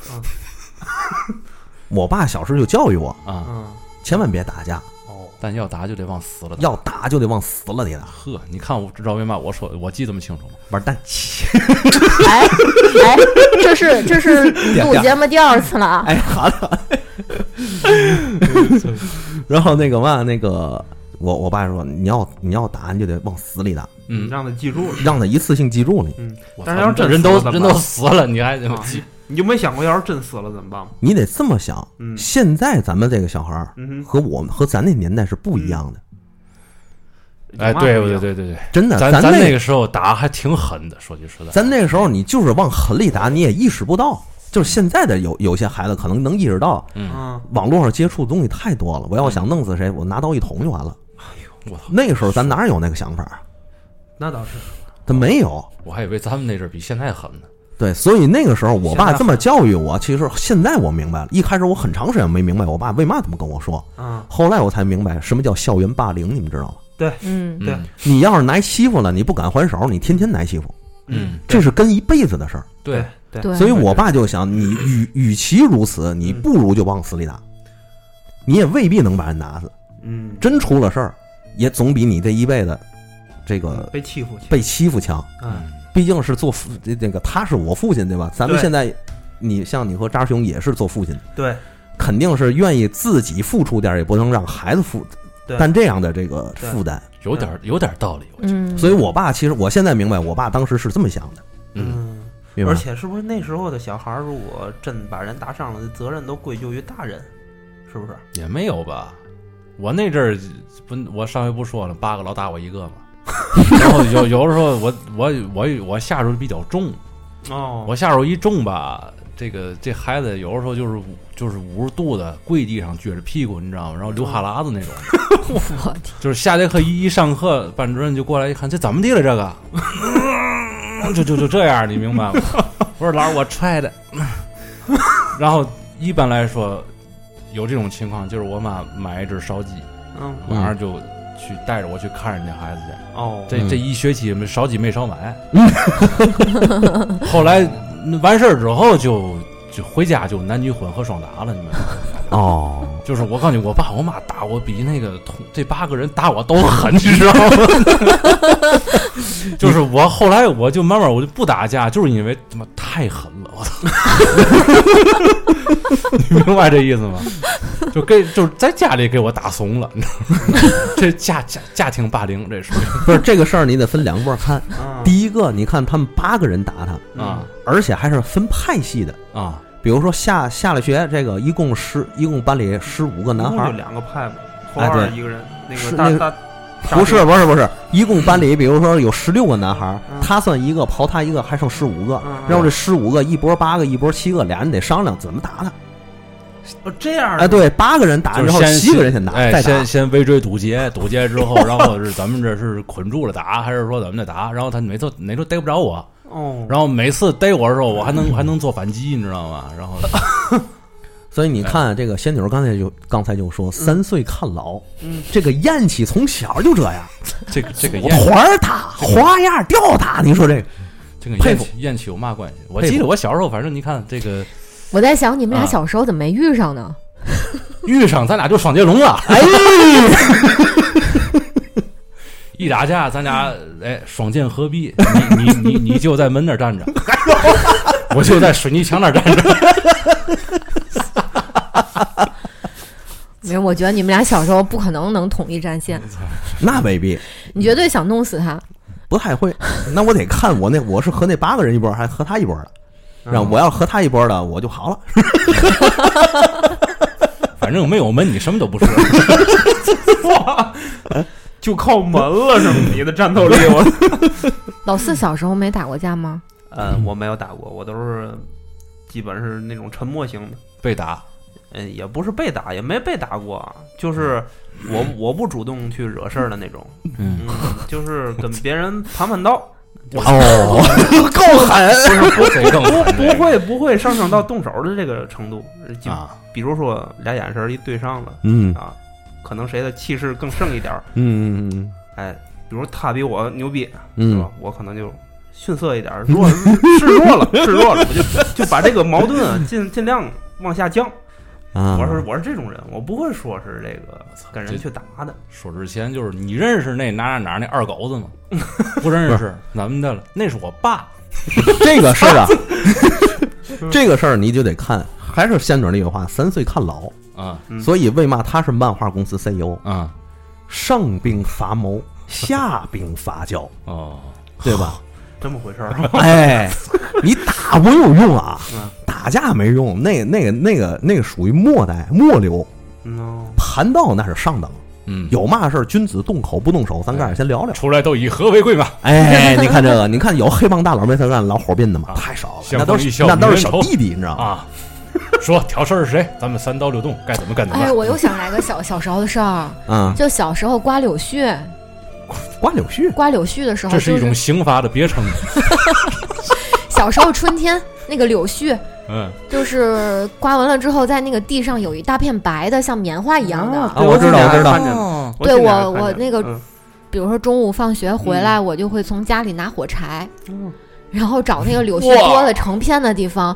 我爸小时候就教育我，啊。嗯，千万别打架，哦，但要打就得往死了打。要打就得往死了里打，呵，你看我知道为嘛我说我记这么清楚吗？玩蛋气。 哎哎，这是这是录节目第二次了啊！哎，好的。 然后那个嘛，那个我我爸说，你要你要打你就得往死里打，你嗯，让他记住了，让他一次性记住你。嗯，我但是操要这真人死了都怎么人都办死了，你还啊你就没想过要是真死了怎么办吗？你得这么想，嗯现在咱们这个小孩儿嗯哼，和我们和咱那年代是不一样的，哎，对对对对对，真的，咱咱那个个时候打还挺狠的，说句实在，咱那个时候你就是往狠里打，你也意识不到。就是现在的有有些孩子可能能意识到，嗯，嗯，网络上接触的东西太多了，我要想弄死谁，我拿刀一捅就完了。我操，那个时候咱哪有那个想法啊？那倒是，他没有。我还以为咱们那阵儿比现在狠呢。对，所以那个时候我爸现在这么教育我，其实现在我明白了。一开始我很长时间没明白我爸为嘛这么跟我说，嗯，后来我才明白什么叫校园霸凌，你们知道吗？嗯，对嗯你要是挨欺负了，你不敢还手，你天天挨欺负，嗯，这是跟一辈子的事儿。对对，对，对，嗯所以我爸就想，你与与其如此，你不如就往死里打，你也未必能把人打死。嗯，真出了事儿，也总比你这一辈子这个被欺负去，被欺负强。嗯，毕竟是做父那个他是我父亲对吧？咱们对现在，你像你和扎兄也是做父亲的，对，肯定是愿意自己付出点儿，也不能让孩子付对但这样的这个负担，有点儿有点儿道理，我觉得，嗯，所以我爸其实我现在明白，我爸当时是这么想的，嗯，嗯，明白而吗？且是不是那时候的小孩儿，如果真把人打伤了，责任都归咎于大人，是不是？也没有吧。我那阵儿不，我上回不说了，八个老打我一个 嘛。然后有有的时候我我我我下手比较重，哦我下手一重吧，这个这孩子有的时候就是就是捂着肚子跪地上撅着屁股，你知道吗？然后流哈喇子那种。我天，就是下节课一一上课，班主任就过来一看，这怎么地了？这个， 就就就这样，你明白吗？我说老师，我踹的。 然后一般来说，有这种情况，就是我妈买一只烧鸡，嗯晚上就去带着我去看人家孩子去。哦，这嗯这一学期没烧鸡没少买， 后来嗯完事儿之后就就回家就男女混合双打了，你们。哦，就是我告诉你，我爸我妈打我比那个同这八个人打我都 狠，你知道吗？ 就是我后来我就慢慢我就不打架，就是因为他妈太狠了， 我操！你明白这意思吗？就给就是在家里给我打怂了，你知道吗？ 这家家家庭霸凌这是不是这个事儿，你得分两波 看。嗯第一嗯个，你看他们八个人打他，啊而且还是分派系的。啊比如说下下了学，这个一共十，一共班里十五个一男共孩就儿，两个派嘛，后哎二对一个人，那是个大那个大不是不是不是，一共班里比如说有十六个男孩儿，嗯他算一个，刨他一个，还剩十五个嗯嗯，然后这十五个一波八个，一波七个，俩人得商量怎么打他。哦这样哎，的对，八个人打，就是然后先七个人先打，哎，再打先。先围追堵截，堵截之后，然后是咱们这是捆住了打，还是说怎么的打？然后他每次哪都逮不着我，哦，然后每次逮我的时候，我还能还能做反击，你知道吗？然后所以你看，这个仙女儿刚才就刚才就说，三岁看老，嗯这个燕起从小就这样，这个这个我燕 团儿打，花样儿吊打，你说这个这个佩燕服起燕起有嘛关系？我佩服记得我小时候，反正你看这个我在想你们俩啊小时候怎么没遇上呢？遇上咱俩就双截龙了，哎， 一打架咱俩哎双剑合璧，你你你你就在门那儿站着，我就在水泥墙那儿站着，没有，我觉得你们俩小时候不可能能统一战线，那未必你绝对想弄死他。不太会。 那我得看我那我是和那八个人一波儿，还是和他一波儿的。然后我要是和他一波儿的，我就好了。反正没有门你什么都不是。 就靠门了是吗？你的战 斗力我老四小时候没打过架吗？呃，我没有打过，我都是基本是那种沉默型的。被打，嗯，也不是被打，也没被打过，就是我我不主动去惹事儿的那种，嗯，嗯，就是 跟别人盘盘道， 哦，够狠！不是 不贼更不狠不会不会上升到动手的这个程度，就啊，比如说俩眼神儿一对上了嗯啊，可能谁的气势更盛一点儿，嗯嗯哎，比如他比我牛逼，是吧嗯，？我可能就逊色一点儿，弱示弱了，示弱了，我就就把这个矛盾啊尽尽量往下降。嗯啊！我是我是这种人，我不会说是这个跟人这去打的。说之前就是你认识那哪哪哪那二狗子吗？ 不认识，怎么的了？那是我爸。 这个事儿啊， 这个事儿你就得看，还是仙女儿那句话：三岁看老。啊嗯所以为嘛他是漫画公司 CEO？啊上兵伐谋，下兵伐教，哦，对吧？这么回事儿。啊哎，你打没有用啊嗯，打架没用，那那个那个那个属于末代末流， no，盘道那是上等。嗯，有嘛事儿，君子动口不动手，咱哎干先 聊聊。出来都以和为贵嘛。哎，你看这个，你看有黑帮大佬没事干老火并的吗？啊太少了，相那都逢一是笑那都泯是恩小仇弟弟，你知道吗？啊， 说挑事儿是谁？咱们三刀六洞该怎么干怎么哎，办。我又想来个小小时候的事儿，啊，就小时候刮柳絮，瓜柳絮刮柳絮的时候，嗯这是一就种刑罚的别称。 小时候春天那个柳絮，嗯，就是刮完了之后，在那个地上有一大片白的，像棉花一样的。啊我知道我知道哦，对尽量我看见我那个嗯比如说中午放学回来，我就会从家里拿火柴，嗯然后找那 个柳絮哇多了成片的地方，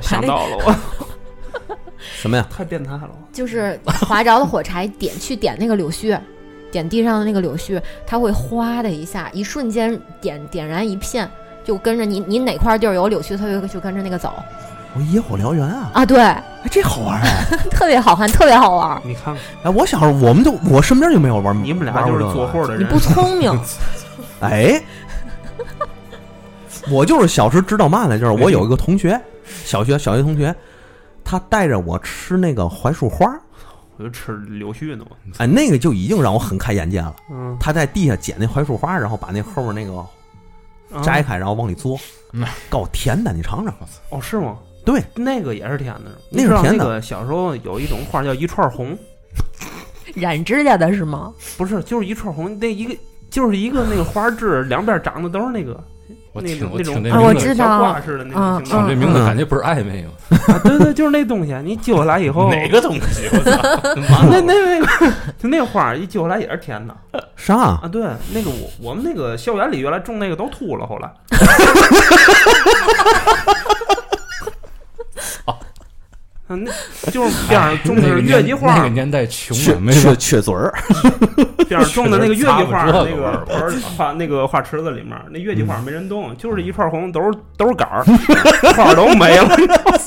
想到了，我什么呀？ 太变态了。就是划着的火柴点去点那个柳絮，点地上的那个柳絮，它会哗的一下，一瞬间点点燃一片，就跟着你你哪块地儿有柳絮，它就就跟着那个走我野火燎原啊！啊。对， 哎，这好玩儿啊！特别好看，特别好玩儿。 你看看，哎，我小时候我们就我身边就没有玩，你们俩就是玩过这个做货的你人，不聪 明， 哎，我就是小时候知道嘛呢，就是我有一个同学，小学小学同学，他带着我吃那个槐树花儿，我就吃柳絮呢嘛。哎，那个就已经让我很开眼界了。嗯，他在地下捡那槐树花儿，然后把那后面那个嗯摘开，然后往里嘬嗯，告甜的，你尝尝。哦，是吗？对，那个也是甜的。那你知道是甜的那个小时候有一种花叫一串红，染指甲的是 吗？不是，就是一串红，那一个就是一个那个花枝，两边长的都是那个我那听种我那听种这啊我名知字，道小挂似的那种形听状。这嗯名字嗯感觉不是暧昧吗？啊，对对，就是那东西。你揪过来 以后，哪个东西？我操！ 那那那个就那花一揪过来也是甜的啥？啊。对，那个我我们那个校园里原来种那个都秃了，后 来操。啊，那就是边上种的哦哎那是个月年季花那个，年代穷缺啊，没缺有缺嘴儿， 边上种的那个月季花，这个那味儿个盆儿花那个花池子里面，那月季花没人动，就是一串红，都是都是杆儿， 花儿都没了。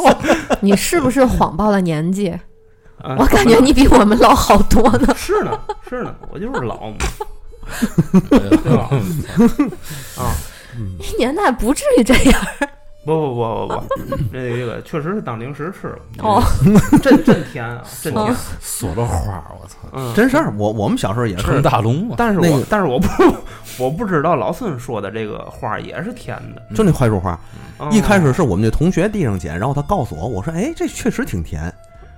你是不是谎报了年 纪？啊我感觉你比我们老好多呢。 是呢，是呢，我就是老嘛。对吧？一年代不至于这样不不不不不，这个这个确实是当零食吃了，哦。真真甜 啊，真锁甜。 锁了花儿，我操！嗯， 哦真事儿。我我们小时候也成是，大龙嘛，但是那我个但是我不我不知道老孙说的这个花儿也是甜的。就那槐树花儿，嗯一开始是我们那同学地上捡，然后他告诉我，我说哎，这确实挺甜。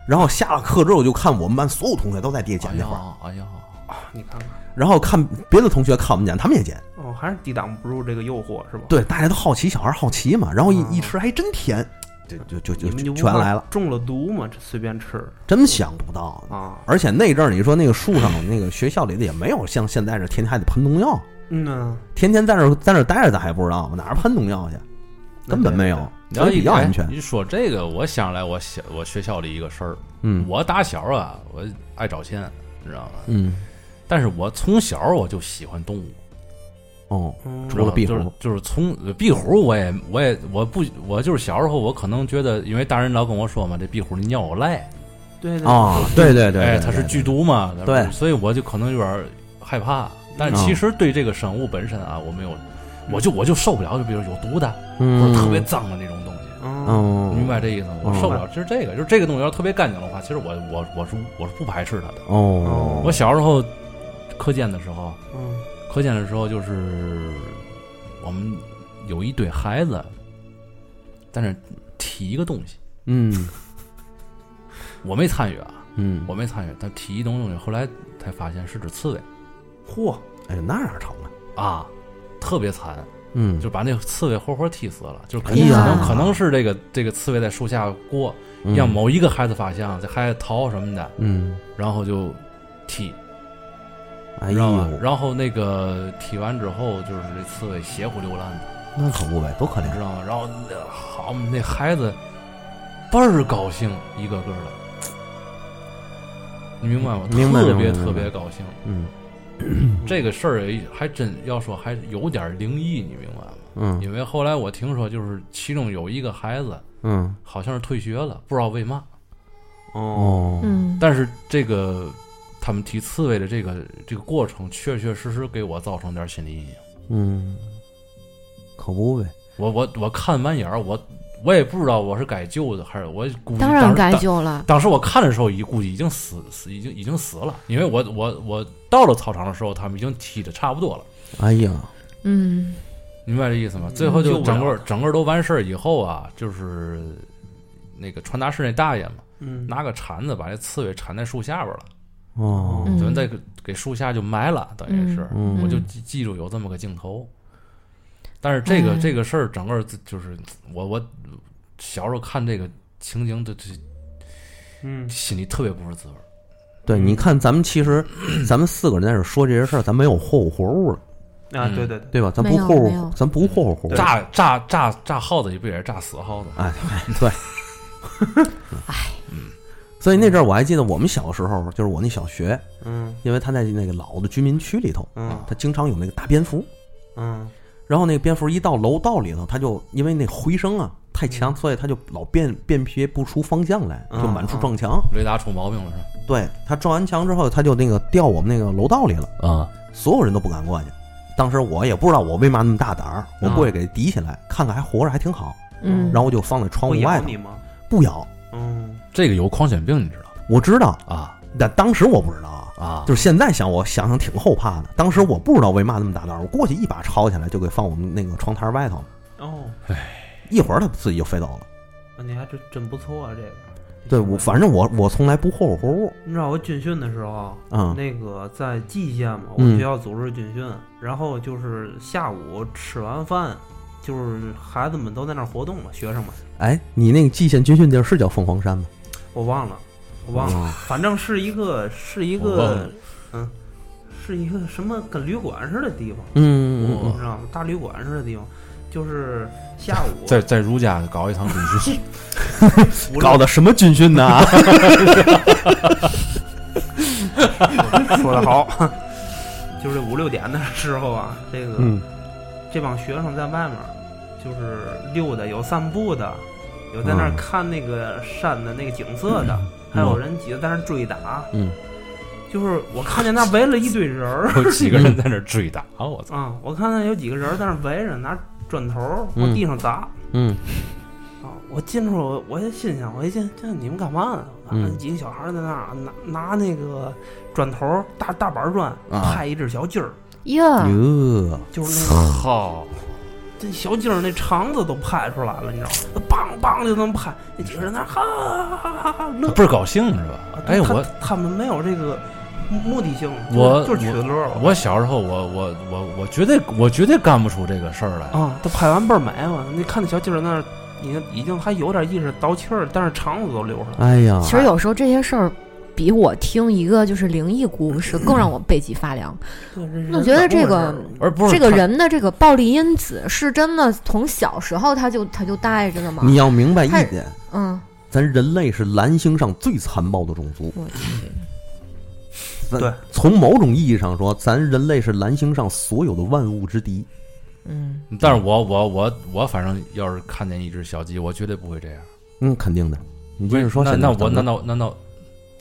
然后下了课之后，就看我们班所有同学都在地下捡哎那呀花儿，，哎呀，你看看，然后看别的同学看我们捡，他们也捡。哦，还是抵挡不住这个诱惑，是吧？对，大家都好奇，小孩好奇嘛，然后一、嗯一吃还真甜，就就就你们就就不全怕来了，中了毒嘛，这随便吃真想不到。啊。而且那阵儿，你说那个树上那个学校里的也没有像现在这天天还得喷农药，嗯呐，天天在那儿在那儿待着咱还不知道吗？哪儿喷农药去？根本没有，你所要以一比较哎安全。你说这个，我想来我小我学校里一个事儿。嗯我打小啊，我爱找钱，你知道吗？嗯但是我从小我就喜欢动物，哦，嗯除了壁虎就是就是从呃壁虎我也我也我不我就是小时候我可能觉得，因为大人老跟我说嘛，这壁虎你尿有赖，对对啊，对对对，嗯哎，对它是剧，毒嘛，对对所以我就可能有点害怕。但是嗯其实对这个生物本身啊，我没有，我就我就受不了，就比如有毒的对或嗯，者特别脏的那种东西。嗯嗯，明白这意思吗？我嗯受不了，就是这个，就是这个东西要是特别干净的话，其实我我我是我是不排斥它的。哦，我小时候课间的时候，嗯课间的时候就是我们有一堆孩子，在那儿提一个东西，嗯我没参与啊，嗯，我没参与，但提一东西，后来才发现是只刺猬嚯，哎，那哪成啊？啊，特别惨，嗯，就把那刺猬活活踢死了，就是可哎能、呀可能是这个这个刺猬在树下过，让某一个孩子发现啊了，这孩子逃什么的，嗯，然后就踢，哎知道吗？呦，然后那个踢完之后，就是这刺猬血虎流烂的。那可不呗，多可你怜知道吗？然后那好，那孩子倍儿高兴，一个个的，你明白吗？明白特明白别明白特别高兴。嗯这个事儿也还真要说，还有点灵异，你明白吗？嗯因为后来我听说，就是其中有一个孩子嗯，好像是退学了，不知道为嘛。哦，哦，嗯，但是这个他们提刺猬的这个这个过程，确确实实给我造成点心理阴影。嗯，可不呗，我我我看完眼儿，我我也不知道我是该救的还是我估计当当然时该当救了。当时我看的时候，已估计已经死死，已经已经死了，因为我我我到了操场的时候，他们已经踢的差不多了，哎呀，嗯，明白这意思吗？最后就嗯救不了整个整个都完事儿以后啊，就是那个传达室那大爷嘛，嗯，拿个铲子把这刺猬缠在树下边了，哦，嗯等于在给给树下就埋了，等于是，嗯我就记记住有这么个镜头。但是这个、哎这个事儿，整个就是我我小时候看这个情景，这这嗯心里特别不是滋味儿。对，你看咱们其实，咱们四个人在这说这些事儿，咱没有霍霍活物了，啊，嗯对对对，对吧？咱没不有霍没有霍，咱不霍霍活物。炸炸炸炸耗子也不也是炸死耗子？哎，对，所以那阵儿我还记得我们小时候，就是我那小学，嗯因为他在那个老的居民区里头，嗯啊他经常有那个大蝙蝠，嗯然后那个蝙蝠一到楼道里头，它就因为那回声啊，太强，所以他就老变变皮不出方向来，就嗯满处嗯撞墙。雷达出毛病了是对他撞完墙之后，他就那个掉我们那个楼道里了，吧？啊，所有人都不敢过去。当时我也不知道我为嘛那么大胆儿，我过去给抵起来，看看还活着还挺好，嗯，然后我就放在窗会户咬外你头，吗？不咬。嗯，这个有狂犬病，你知道我知道，啊但当时我不知道啊，啊，就是现在想我想想挺后怕的。当时我不知道为嘛那么大胆儿，我过去一把抄起来就给放我们那个窗台外头了，哦，一会儿它自己就飞走了。那你还真真不错啊，这个。对我，反正我我从来不霍霍活物，你知道我军训的时候，啊嗯那个在蓟县嘛，我嗯们学校组织军训，然后就是下午吃完饭，就是孩子们都在那儿活动嘛，学生们，哎，你那个蓟县军训地儿是叫凤凰山吗？我忘了，我忘了，嗯反正是一个是一我忘个了，嗯，是一个什么跟旅馆似的地方，嗯，嗯嗯你知道吗？大旅馆似的地方，就是下午在在儒家搞一堂军 训，无论搞的什么军训呢？说得好， 就是五六点的时候啊，这个、嗯这帮学生在外面儿就是溜达，有散步的，有在那儿嗯看那个山的那个景色的，还有人几个在那儿追打。嗯，就是我看见那围了一堆人儿 有几个人在那儿追打，我操！啊，我看见有几个人儿在那儿围着，拿砖头儿往嗯地上砸。嗯啊！我进去，我我也心想，我一进，这你们干嘛呢？我看嗯几个小孩儿在那儿拿拿那个砖头儿，大大板砖啊拍一只小鸡儿，哟，哟，就 是那个好，这小鸡儿那肠子都拍出来了，你知道吗？梆梆就那么拍，那几个人在那儿哈哈哈哈哈乐。倍儿高兴是吧？哎，他我他们没有这个目目的性，就是我就是取乐儿我小时候，我我我我绝对我绝对干不出这个事儿来。哦啊，他拍完倍儿美嘛。你看那小鸡儿在那儿，已经已经还有点意识倒气儿，但是肠子都流出来了。哎呀，其实有时候这些事儿。比我听一个就是灵异故事更让我背脊发凉。对这人我觉得这怎么个回事儿而不是这个他人的这个暴力因子是真的从小时候他就他就带着的吗？你要明白一太点，嗯，咱人类是蓝星上最残暴的种族。我去，咱对，从某种意义上说，咱人类是蓝星上所有的万物之敌。嗯，但是我我我我反正要是看见一只小鸡，我绝对不会这样。嗯，肯定的。你不就是说那现在那咱我们难道难道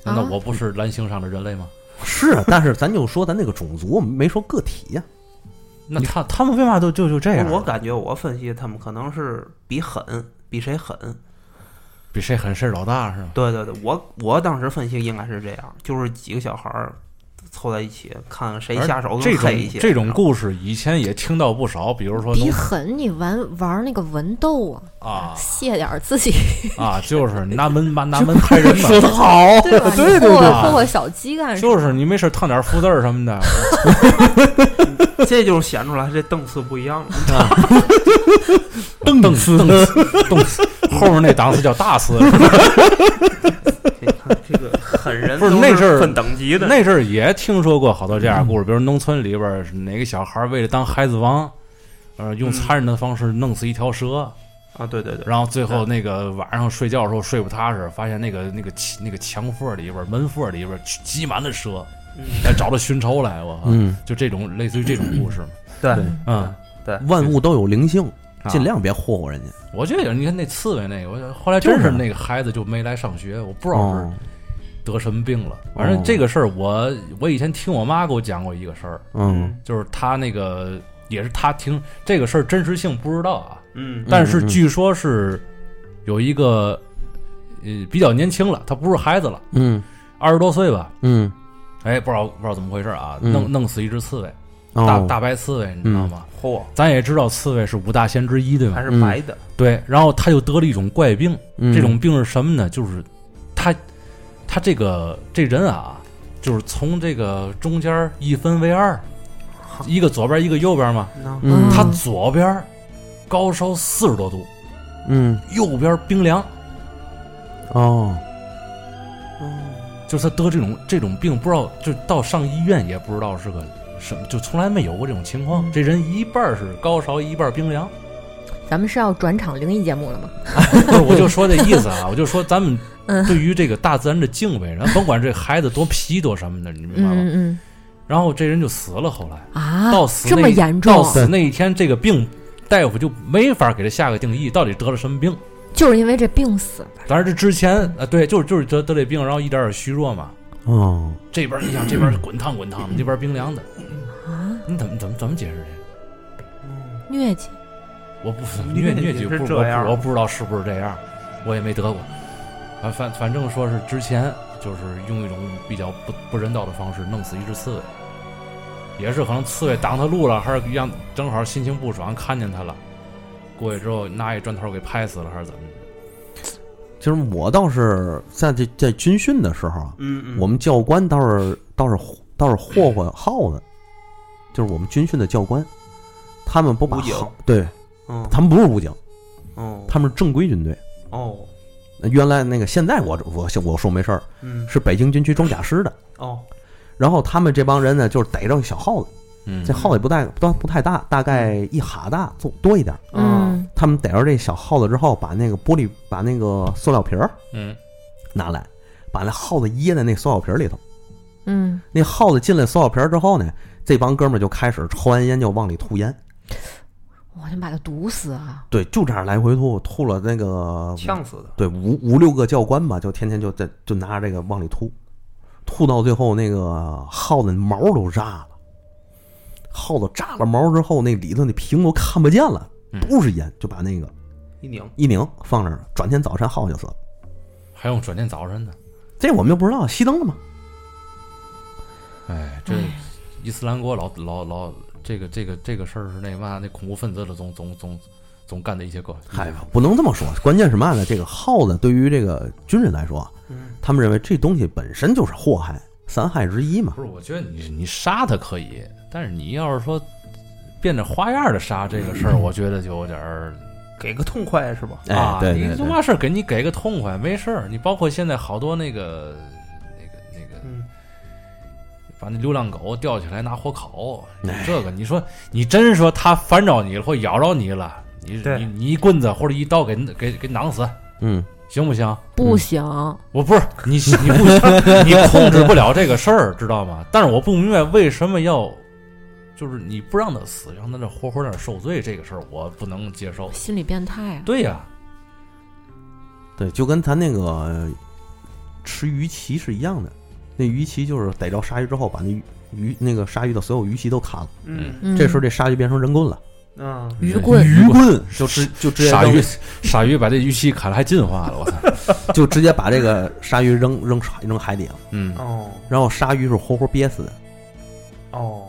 难道啊我不是蓝星上的人类吗？是啊？但是咱就说咱那个种族，没说个体呀。那他他们为嘛都就就这样？我感觉我分析他们可能是比狠，比谁狠。比谁狠事儿老大是吗？对对对，我我当时分析应该是这样，就是几个小孩儿凑在一起，看看谁下手这更种黑一些。这种故事以前也听到不少，比如说比农狠你玩玩那个文斗啊，啊卸点儿自己啊，就是拿 门拿拿门拍人嘛，得好，哦对吧？对你对霍对霍霍霍小鸡干什么？就是你没事烫点福字儿什 么的， 这就是显出来这档次不一 样了。蹬蹬蹬蹬，后面那档次叫大次。你看这个狠人不是都那阵儿是分等级的，那阵儿也听说过好多这样的故事，比如农村里边儿哪个小孩儿为了当孩子王，呃，用嗯残忍的方式弄死一条蛇，啊，对对对，然后最后那个晚上睡觉的时候睡不踏实，发现那个那个墙那个墙缝里边儿门缝里边儿挤满了蛇，嗯来找他寻仇来，我靠嗯，就这种类似于这种故事嘛，对对嗯，万物都有灵性，啊尽量别霍霍人家。我觉得也是，你看那刺猬那个，我后来真就是是那个孩子就没来上学，我不知道是哦，得什么病了。反正这个事儿，我我以前听我妈给我讲过一个事儿，嗯，就是她那个也是她听这个事儿真实性不知道啊，嗯但是嗯嗯据说是有一个呃比较年轻了，他不是孩子了，嗯二十多岁吧，嗯，哎，不知道不知道怎么回事啊，嗯弄弄死一只刺猬，哦嗯大大白刺猬，你知道吗？嚯，嗯咱也知道刺猬是五大仙之一，对吧还？是白的，对，然后他就得了一种怪病。哎嗯这种病是什么呢？就是他他这个这人啊，就是从这个中间儿一分为二，一个左边儿一个右边儿嘛。那嗯他左边儿高烧四十多度，嗯右边儿冰凉，哦嗯就是他得这种这种病，不知道就到上医院也不知道是个什么，就从来没有过这种情嗯况。这人一半儿是高烧，一半儿冰凉。 咱们是要转场灵异节目了吗？不是，我就说这意思啊，我就说咱们 嗯对于这个大自然的敬畏，然后甭管这孩子多皮多什么的，你明白吗？嗯嗯然后这人就死了，后来。嗯啊，到死这那么严到重？死那一天，这个病大夫就没法给他下个定义，到底得了什么病。就是因为这病死的。当然这之前啊，对，就是就是得得这病，然后一点点虚弱嘛。哦，这边你想，这边是滚烫滚烫 的，这边冰凉的，你怎么怎么怎么解释这啊疟疾，个？我不你疟这疟也疾是不我这样不我不知道是不是这样，我也没得过。反啊反反正说是之前就是用一种比较不不人道的方式弄死一只刺猬，也是可能刺猬挡他路了，还是让正好心情不爽看见他了，过去之后拿一砖头给拍死了，还是怎么的？其实我倒是在这在军训的时候啊，嗯嗯，我们教官倒是倒是倒是霍霍耗子，就是我们军训的教官，他们不把武警耗对嗯他们不是武警，哦他们是正规军队。哦那原来那个现在我我我说没事儿，嗯是北京军区装甲师的。哦然后他们这帮人呢，就是逮着小耗子，嗯这耗子也不大不大不太大，大概一哈大多多一点儿。嗯嗯，他们逮着这小耗子之后，把那个玻璃把那个塑料瓶儿嗯，拿来，把那耗子掖在那塑料瓶儿里头。嗯，那耗子进来塑料瓶儿之后呢，这帮哥们儿就开始抽完烟就往里吐烟，我想把他毒死啊！对，就这样来回吐，吐了那个呛死的，对五五六个教官吧，就天天就在就拿着这个往里吐，吐到最后那个耗子毛都炸了，耗子炸了毛之后，那里头那瓶都看不见了，都是烟，就把那个一拧一拧放那儿了，转天早晨耗子就死了。还用转天早晨呢？这我们就不知道，熄灯了吗？哎，这伊斯兰国老老老这个这个这个事儿是那嘛那恐怖分子的总总总总干的一些个，嗨，不能这么说。关键是嘛呢？这个耗子对于这个军人来说，啊嗯他们认为这东西本身就是祸害、三害之一嘛不。是？我觉得你你杀他可以，但是你要是说变着花样的杀这个事儿，我觉得就有点儿给个痛快是吧？哎啊，对对你对他妈事儿给你给个痛快，没事儿。你包括现在好多那个那个那个嗯把那流浪狗吊起来拿火烤，你哎这个你说你真说它烦着你了或咬着你了，你对你你一棍子或者一刀给给给囊死，嗯，行不行？不行，我不是你，你不行，你控制不了这个事儿，知道吗？但是我不明白为什么要，就是你不让他死，让他这活活在那儿受罪，这个事儿我不能接受。心理变态啊！对呀、对，就跟咱那个呃吃鱼鳍是一样的。那鱼鳍就是逮着鲨鱼之后，把那鱼鱼那个鲨鱼的所有鱼鳍都砍了。嗯嗯这时候这鲨鱼变成人棍了，啊鱼棍鱼棍就直就直接鲨扔鱼，鲨鱼把这鱼鳍砍了还进化了，我操！就直接把这个鲨鱼扔扔海扔海底了。嗯哦然后鲨鱼是活活憋死的，哦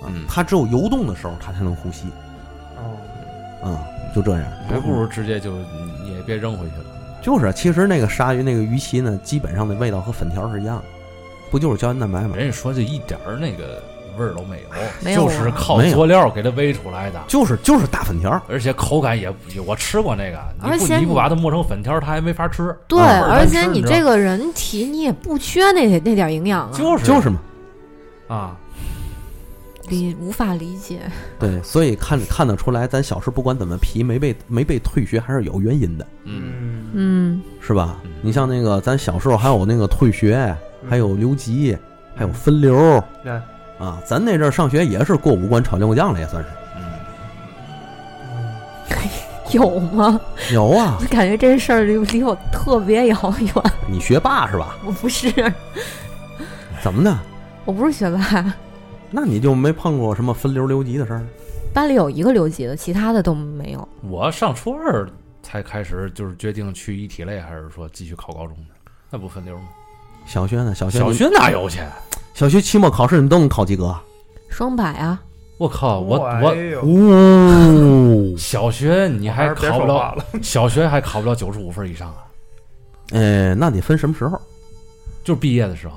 啊嗯，它只有游动的时候它才能呼吸，哦啊，就这样。嗯还哎不如直接就你也别扔回去了。就是，啊其实那个鲨鱼那个鱼鳍呢，基本上的味道和粉条是一样的，不就是胶原蛋白吗？人家说这一点儿那个味儿都没有，没有啊就是靠没有佐料给它煨出来的。就是就是大粉条，而且口感也，也我吃过那个，你而不且你不你把它磨成粉条儿，它还没法吃。对，啊而且你你知道这个人体你也不缺那那点营养啊，就是就是是嘛。啊，理无法理解。对，所以看看得出来，咱小时候不管怎么皮没被没被退学，还是有原因的，嗯。嗯嗯，是吧嗯？你像那个咱小时候还有那个退学，还有留级，还有分流对啊。咱那阵儿上学也是过五关斩六将了，也算是嗯嗯有吗？ 有啊 我。感觉这事儿离离我特别遥远。你学霸是吧？我不是，怎么的？我不是学霸，那你就没碰过什么分流留级的事儿？班里有一个留级的，其他的都没有。我上初二才开始，就是决定去一体类，还是说继续考高中的？那不分流吗？小学呢？小学小学哪有去？小学期末考试你都能考及格？双百啊，我靠！我哎我呦 哦，小学你还是别考不说话了，了，小学还考不了九十五分以上啊！哎，那得分什么时候？就是毕业的时候，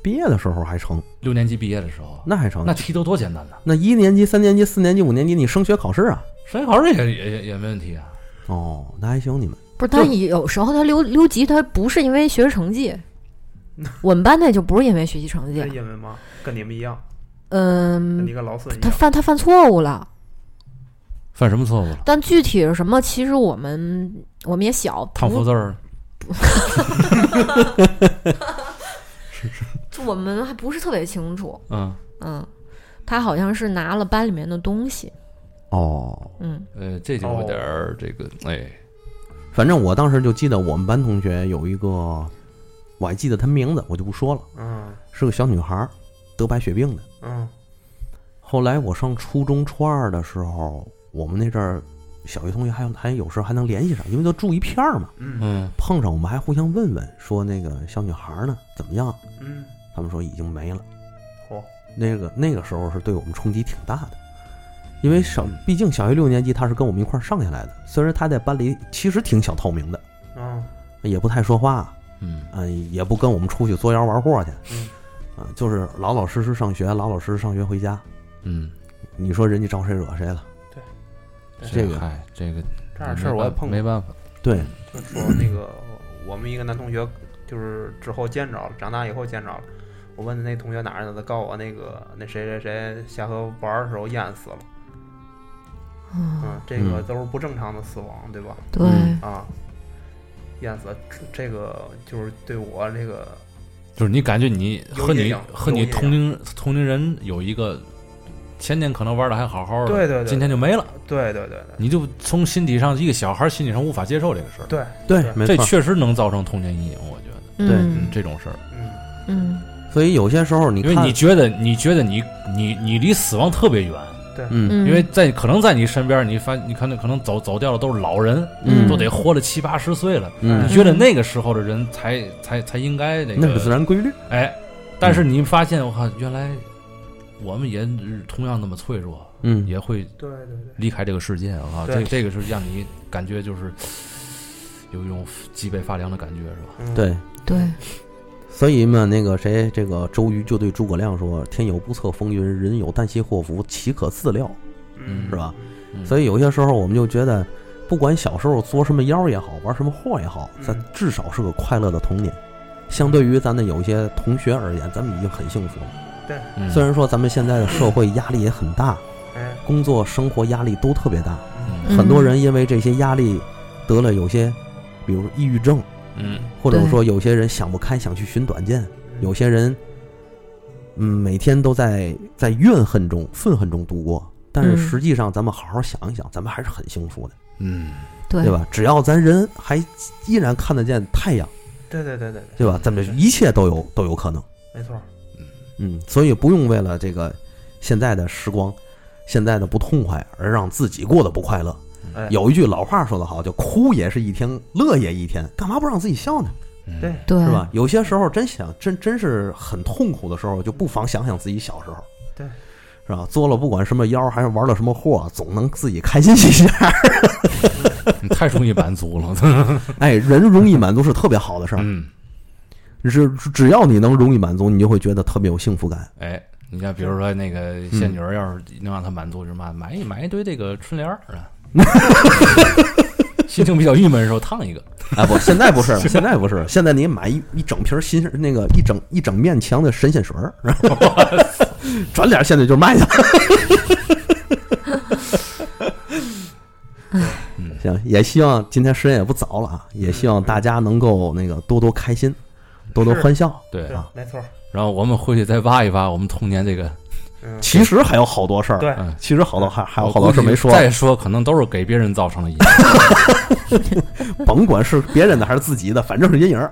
毕业的时候还成，六年级毕业的时候，那还成。那题都多简单呢，那一年级、三年级、四年级、五年级，你升学考试啊？升学考试也也也也没问题啊。哦，那还行，你们不是，但有时候他留留级，他不是因为学习成绩。我们班那就不是因为学习成绩这，因为嘛，跟你们一样，跟嗯你，跟老孙一他样，犯他犯错误了，犯什么错误了？但具体是什么，其实我们我们也小，烫福不，字儿，我们还不是特别清楚。嗯，嗯，他好像是拿了班里面的东西，哦，嗯，呃，这就有点儿这个，哎，反正我当时就记得我们班同学有一个，我还记得她名字，我就不说了，嗯是个小女孩儿，得白血病的。嗯后来我上初中初二的时候，我们那阵儿小学同学还有还有时候还能联系上，因为都住一片儿嘛，嗯嗯，碰上我们还互相问问，说那个小女孩儿呢怎么样？嗯，他们说已经没了。嚯，那个那个时候是对我们冲击挺大的，因为小毕竟小学六年级她是跟我们一块儿上下来的，虽然她在班里其实挺小透明的，嗯也不太说话，嗯，嗯，也不跟我们出去作妖玩货去，嗯，啊，就是老老实实上学，老老实实上学回家。嗯，你说人家招谁惹谁了？这个嗨，这个这样的事儿我也碰过嗯没，办法，对，就说那个我们一个男同学，就是之后见着了，长大以后见着了。我问那同学哪儿的，他告诉我那个那谁谁谁下河玩儿的时候淹死了。嗯，这个嗯都是不正常的死亡，对吧？对，嗯啊，淹死了这这个就是对我这个就是你感觉你有和阴你影和有你阴影同龄同龄人有一个，前年可能玩的还好好的，对对对今天就没了，对对对你就从心底上一个小孩儿心理上无法接受这个事儿，对对，嗯没这错。确实能造成童年阴影，我觉得，对嗯这种事儿，嗯嗯所以有些时候你因为看，你觉得你觉得你你你离死亡特别远，嗯嗯，因为在可能在你身边，你发你看那可能走走掉的都是老人，嗯都得活了七八十岁了。嗯你，觉得那个时候的人才才才应该那个那是自然规律。哎，但是你发现我靠，原来我们也同样那么脆弱，嗯，也会对对对，离开这个世界我靠，对这这个是让你感觉就是有一种脊背发凉的感觉是吧？嗯对。对，所以嘛，那个谁，这个周瑜就对诸葛亮说：“天有不测风云，人有旦夕祸福，岂可自料嗯是吧？嗯？”所以有些时候我们就觉得，不管小时候作什么妖也好，玩什么祸也好，嗯咱至少是个快乐的童年。相对于咱的有一些同学而言，咱们已经很幸福了。嗯虽然说咱们现在的社会压力也很大，哎工作、生活压力都特别大，嗯嗯很多人因为这些压力得了有些，比如抑郁症，嗯或者对说有些人想不开，想去寻短见。嗯有些人，嗯，每天都在在怨恨中、愤恨中度过。但是嗯实际上，咱们好好想一想，咱们还是很幸福的，嗯对对？吧？只要咱人还依然看得见太阳，对对对对对，对吧？咱们就一切都有都有可能。没错，嗯，所以不用为了这个现在的时光、现在的不痛快而让自己过得不快乐。哎有一句老话说得好，叫“哭也是一天，乐也一天”，干嘛不让自己笑呢？嗯对对是吧？有些时候真想真真是很痛苦的时候，就不妨想想自己小时候，对，是吧？做了不管什么妖，还是玩了什么祸，总能自己开心一下。 你太容易满足了，哎，人容易满足是特别好的事儿，嗯，只只要你能容易满足，你就会觉得特别有幸福感。哎。你像比如说那个仙女儿，要是能让她满足，就是嘛，买一买一堆这个春联儿啊， 心情比较郁闷的时候烫一个， 啊，不，现在不是了，现在不是了，现在你买一一整瓶新那个一整一整面墙的神仙水儿，然 后转脸现在就卖去了。 行，也希望今天时间也不早了啊，也希望大家能够那个多多开心，多多欢笑。对对，没错，然后我们回去再挖一挖我们童年这个，嗯，其实还有好多事儿，对嗯，其实好多还还有我好多事儿没说估计，再说可能都是给别人造成的影甭管是别人的还是自己的，反正是阴影儿。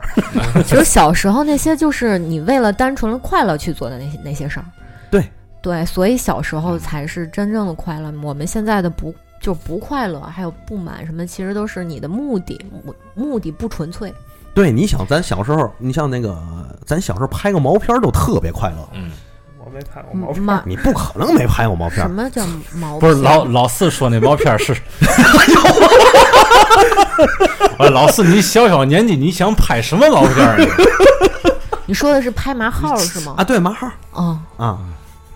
其实小时候那些就是你为了单纯的快乐去做的那些那些事儿。对对，所以小时候才是真正的快乐。我们现在的不就不快乐，还有不满什么，其实都是你的目的，目目的不纯粹。对，你想，咱小时候，你像那个，咱小时候拍个毛片儿都特别快乐，嗯，我没看过毛嗯病，嘛，你不可能没拍过毛片什儿，么叫毛病？不是老老四说那毛片 儿是，啊，老四你小小年纪你想拍什么毛片儿 啊？你说的是拍麻号是吗？啊？对，麻号哦，嗯啊，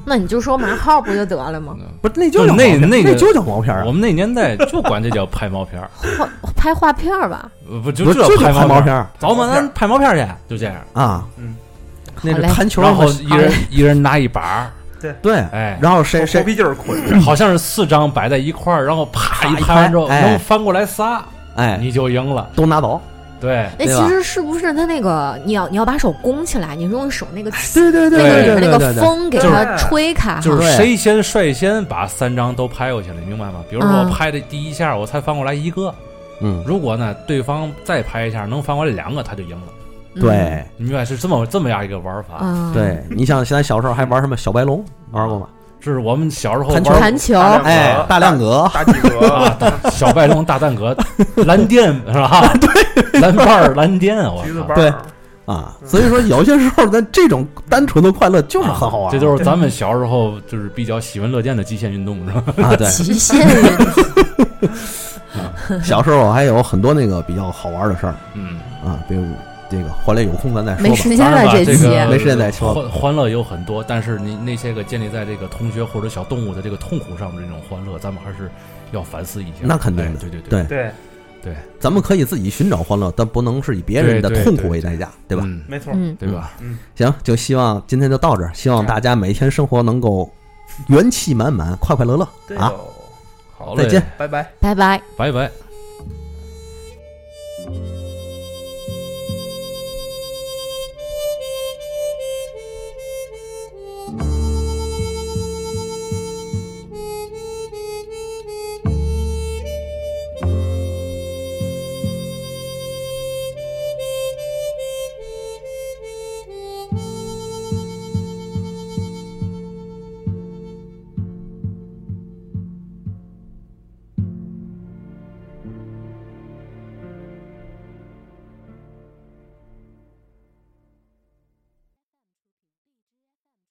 那你就说麻号不就得了吗？不是那就叫那毛片儿那个那就叫毛片儿我啊，们那年代就管这叫拍毛片儿，画拍画片儿吧，呃不就不是就叫拍拍毛毛片儿？儿走吧，咱拍毛片儿去，就这样。啊，嗯，那好是嘞弹球儿然后嘛一人一人拿一把儿，对，哎 然后谁头谁皮筋儿捆着，好像是四张摆在一块儿，然后啪啪一一拍完拍之后哎能翻过来仨，哎你就赢了。都拿走，对，那对吧其实是不是它那个你要你要把手拱起来，你用手那个对那个对对对那对个对风给啊就是它吹开哈，就是对谁先率先把三张都拍过去了，你明白吗？比如说我嗯拍的第一下，我才翻过来一个，嗯，如果呢对方再拍一下能翻过来两个，他就赢了。嗯对你明白是这么这么样一个玩法，嗯，对，你想现在小时候还玩什么小白龙，玩过吗？这是我们小时候弹球玩弹球，大量哎，大亮哥，大几啊格，小白龙大蛋壳，蓝靛是吧？对，蓝瓣儿蓝靛，我橘子靠瓣，对啊，嗯所以说有些时候，咱这种单纯的快乐就是很好玩，啊这就是咱们小时候就是比较喜闻乐见的极限运动，是吧？啊，对， 极限运动小时候我还有很多那个比较好玩的事儿嗯，啊，比如这个回来有空咱再说没吧。时间当然了吧这期，啊个没时间再说欢欢乐有很多，但是你那些个建立在这个同学或者小动物的这个痛苦上面的这种欢乐，咱们还是要反思一下。那肯定哎的对对对对，咱们可以自己寻找欢乐，但不能是以别人的痛苦为代价，对吧？嗯没错，嗯，对吧？行，就希望今天就到这儿，希望大家每天生活能够元气满满、快快乐乐对啊！哦，好嘞，再见，拜拜。拜拜。拜拜。